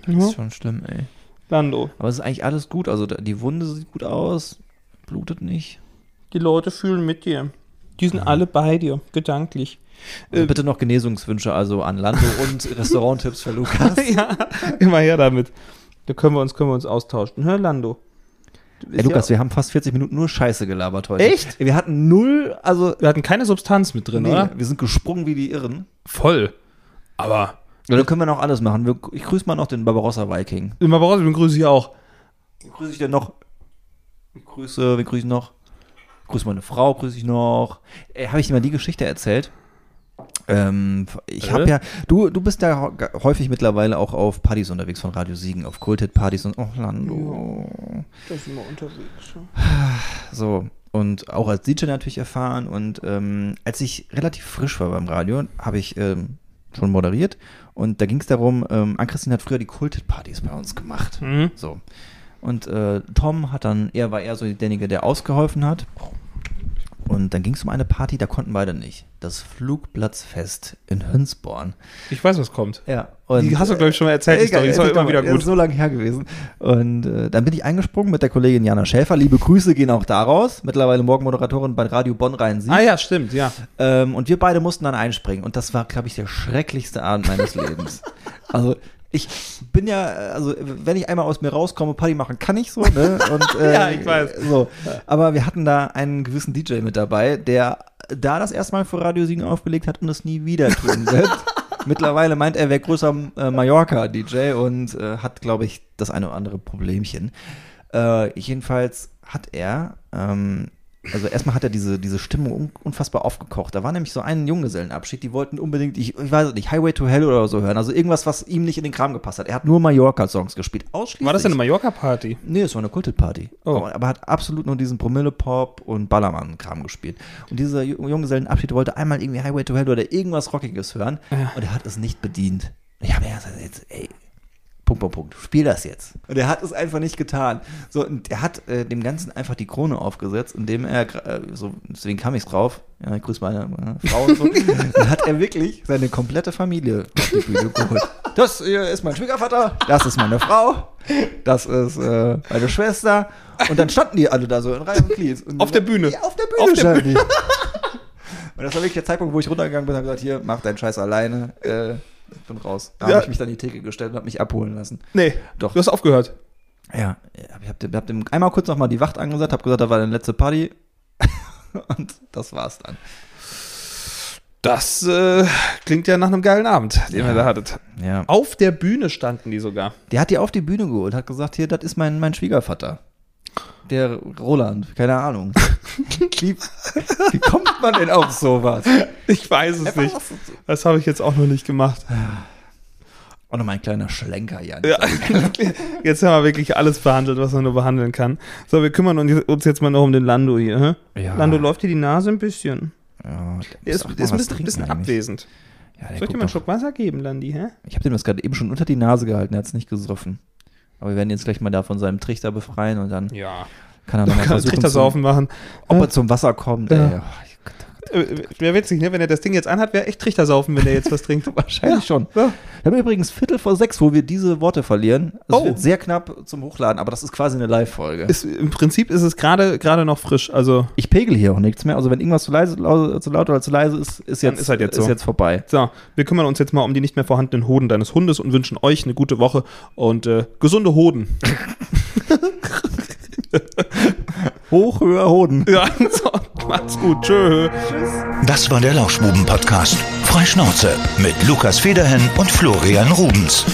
Speaker 3: Das
Speaker 2: Ja.
Speaker 3: ist schon schlimm, ey.
Speaker 2: Lando,
Speaker 3: Aber es ist eigentlich alles gut. Also da- die Wunde sieht gut aus, blutet nicht.
Speaker 2: die Leute fühlen mit dir. Die sind alle bei dir, gedanklich.
Speaker 3: Also
Speaker 2: Äh,
Speaker 3: bitte noch Genesungswünsche also an Lando und *laughs* Restauranttipps für Lukas.
Speaker 2: *laughs* ja, immer her damit. Da können wir uns, können wir uns austauschen. Hör, Lando. Du bist
Speaker 3: Ey, Lukas,
Speaker 2: ja,
Speaker 3: wir haben fast 40 Minuten nur Scheiße gelabert heute.
Speaker 2: Echt?
Speaker 3: Wir hatten null, also
Speaker 2: wir hatten keine Substanz mit drin,
Speaker 3: nee,
Speaker 2: oder?
Speaker 3: wir sind gesprungen wie die Irren.
Speaker 2: Voll. Aber
Speaker 3: Ja, da können wir noch alles machen. Wir, ich grüße mal noch den Barbarossa Viking.
Speaker 2: Immer Barroso, den grüße ich auch.
Speaker 3: Wen grüße ich denn noch? Ich grüße, wen grüße ich noch? Grüße meine Frau, grüße ich noch. Äh, habe ich dir mal die Geschichte erzählt? Ähm, ich habe
Speaker 2: Äh?
Speaker 3: ja, du, du bist ja hau- ga- häufig mittlerweile auch auf Partys unterwegs von Radio Siegen, auf Kultet-Partys und oh, Orlando.
Speaker 2: Da sind wir unterwegs.
Speaker 3: So, und auch als DJ natürlich erfahren. Und ähm, als ich relativ frisch war beim Radio, habe ich ähm, schon moderiert. Und da ging es darum, ähm, Ann-Christine hat früher die Kultet-Partys bei uns gemacht.
Speaker 2: Mhm.
Speaker 3: So. Und äh, Tom hat dann, er war eher so derjenige, der ausgeholfen hat. Und dann ging es um eine Party, da konnten beide nicht. Das Flugplatzfest in Hünsborn.
Speaker 2: Ich weiß, was kommt.
Speaker 3: Ja,
Speaker 2: Die hast du, glaub ich, schon mal erzählt, die
Speaker 3: Egal,
Speaker 2: Story. Ist auch
Speaker 3: erzähl
Speaker 2: immer
Speaker 3: doch,
Speaker 2: wieder
Speaker 3: das
Speaker 2: gut.
Speaker 3: Ist so lange her gewesen. Und äh, dann bin ich eingesprungen mit der Kollegin Jana Schäfer. Liebe Grüße gehen auch daraus. Mittlerweile Morgenmoderatorin bei Radio Bonn Rhein-Sieg.
Speaker 2: Ah ja, stimmt, ja.
Speaker 3: Ähm, und wir beide mussten dann einspringen. Und das war, glaube ich, der schrecklichste Abend
Speaker 2: *laughs*
Speaker 3: meines Lebens. Also ich bin ja, äh, also wenn ich einmal aus mir rauskomme, Party machen kann ich so, ne?
Speaker 2: *laughs*
Speaker 3: Und, äh,
Speaker 2: Ja, ich weiß.
Speaker 3: So. Aber wir hatten da einen gewissen DJ mit dabei, der da das erste Mal vor Radio Siegen aufgelegt hat und es nie wieder tun
Speaker 2: *laughs*
Speaker 3: wird. Mittlerweile meint er, wäre größer äh, Mallorca-DJ und äh, hat, glaube ich, das eine oder andere Problemchen. Äh, jedenfalls hat er, ähm, also erstmal hat er diese, diese Stimmung un unfassbar aufgekocht. Da war nämlich so ein Junggesellenabschied, die wollten unbedingt, ich, ich weiß es nicht, Highway to Hell oder so hören. Also irgendwas, was ihm nicht in den Kram gepasst hat. Er hat nur Mallorca-Songs gespielt. Ausschließlich.
Speaker 2: War das denn eine Mallorca-Party?
Speaker 3: Nee, es war eine Kultet-Party.
Speaker 2: Oh.
Speaker 3: Aber, aber hat absolut nur diesen Promille-Pop und Ballermann-Kram gespielt. Und dieser Ju- Junggesellenabschied wollte einmal irgendwie Highway to Hell oder irgendwas Rockiges hören. Und er hat es nicht bedient. Ich habe erst gesagt, also jetzt, ey, Punkt, Punkt, Punkt, spiel das jetzt. Und er hat es einfach nicht getan. So, und er hat äh, dem Ganzen einfach die Krone aufgesetzt, indem er, gra- äh, so, deswegen kam ich drauf, ja, ich grüße meine äh, Frau und so, dann hat er wirklich seine komplette Familie auf die Bühne geholt. Das äh, ist mein Schwiegervater, das ist meine Frau, das ist äh, meine Schwester. Und dann standen die alle da so in Reihe und Glied. Und-
Speaker 2: Auf der Bühne.
Speaker 3: Ja, auf der Bühne.
Speaker 2: Auf der
Speaker 3: standen die. *laughs* Und das war wirklich der Zeitpunkt, wo ich runtergegangen bin und habe gesagt, hier, mach deinen Scheiß alleine. Äh, ich bin raus. Da
Speaker 2: Ja.
Speaker 3: habe ich mich dann in die Theke gestellt und habe mich abholen lassen.
Speaker 2: Nee.
Speaker 3: Doch.
Speaker 2: Du hast aufgehört.
Speaker 3: Ja, ich habe hab dem einmal kurz nochmal die Wacht angesagt, habe gesagt, da war deine letzte Party. *laughs* und das war's dann.
Speaker 2: Das äh, klingt ja nach einem geilen Abend, den ihr da hattet.
Speaker 3: Ja.
Speaker 2: Auf der Bühne standen die sogar.
Speaker 3: Der hat die auf die Bühne geholt, hat gesagt, hier, das ist mein, mein Schwiegervater. Der Roland,
Speaker 2: *laughs*
Speaker 3: keine Ahnung. wie, wie kommt man denn auf sowas?
Speaker 2: Ich weiß es nicht. Das habe ich jetzt auch noch nicht gemacht.
Speaker 3: Auch noch mein kleiner Schlenker, Jan.
Speaker 2: Ja. *laughs* Jetzt haben wir wirklich alles behandelt, was man nur behandeln kann. So, wir kümmern uns- uns jetzt mal noch um den Lando hier. hä?
Speaker 3: Ja.
Speaker 2: Lando läuft dir die Nase ein bisschen.
Speaker 3: Ja,
Speaker 2: Der ist,
Speaker 3: muss auch mal
Speaker 2: der ist ein
Speaker 3: was
Speaker 2: bisschen,
Speaker 3: trinken
Speaker 2: bisschen
Speaker 3: eigentlich.
Speaker 2: abwesend.
Speaker 3: Ja, der
Speaker 2: Soll ich dir
Speaker 3: guckt
Speaker 2: mal einen
Speaker 3: doch-
Speaker 2: Schluck Wasser geben, Landi, hä?
Speaker 3: Ich habe dem das gerade eben schon unter die Nase gehalten, er hat es nicht gesoffen. Aber wir werden jetzt gleich mal da von seinem Trichter befreien und dann
Speaker 2: Ja.
Speaker 3: kann er nochmal
Speaker 2: Kann
Speaker 3: versuchen,
Speaker 2: Trichter
Speaker 3: zum,
Speaker 2: saufen machen.
Speaker 3: ob er zum Wasser kommt.
Speaker 2: Ja.
Speaker 3: Ey. Oh, ich-
Speaker 2: Äh, Wäre witzig, ne? Wenn er das Ding jetzt anhat, wäre echt Trichter saufen, wenn er jetzt was trinkt.
Speaker 3: *laughs* Wahrscheinlich schon.
Speaker 2: Ja.
Speaker 3: Wir haben übrigens Viertel vor sechs, wo wir diese Worte verlieren. Es
Speaker 2: Oh.
Speaker 3: wird sehr knapp zum Hochladen, aber das ist quasi eine Live-Folge.
Speaker 2: Ist, Im Prinzip ist es gerade gerade noch frisch. Also,
Speaker 3: Ich pegel hier auch nichts mehr. Also wenn irgendwas zu, leise, lau- zu laut oder zu leise ist, ist
Speaker 2: Dann
Speaker 3: jetzt,
Speaker 2: ist halt jetzt so.
Speaker 3: vorbei.
Speaker 2: so, wir kümmern uns jetzt mal um die nicht mehr vorhandenen Hoden deines Hundes und wünschen euch eine gute Woche und äh, gesunde Hoden.
Speaker 3: Hoch, höher, Hoden.
Speaker 2: Ja, *laughs* so, macht's gut. Tschö.
Speaker 1: Das war der Lauschbuben-Podcast. Freischnauze mit Lukas Federhen und Florian Rubens.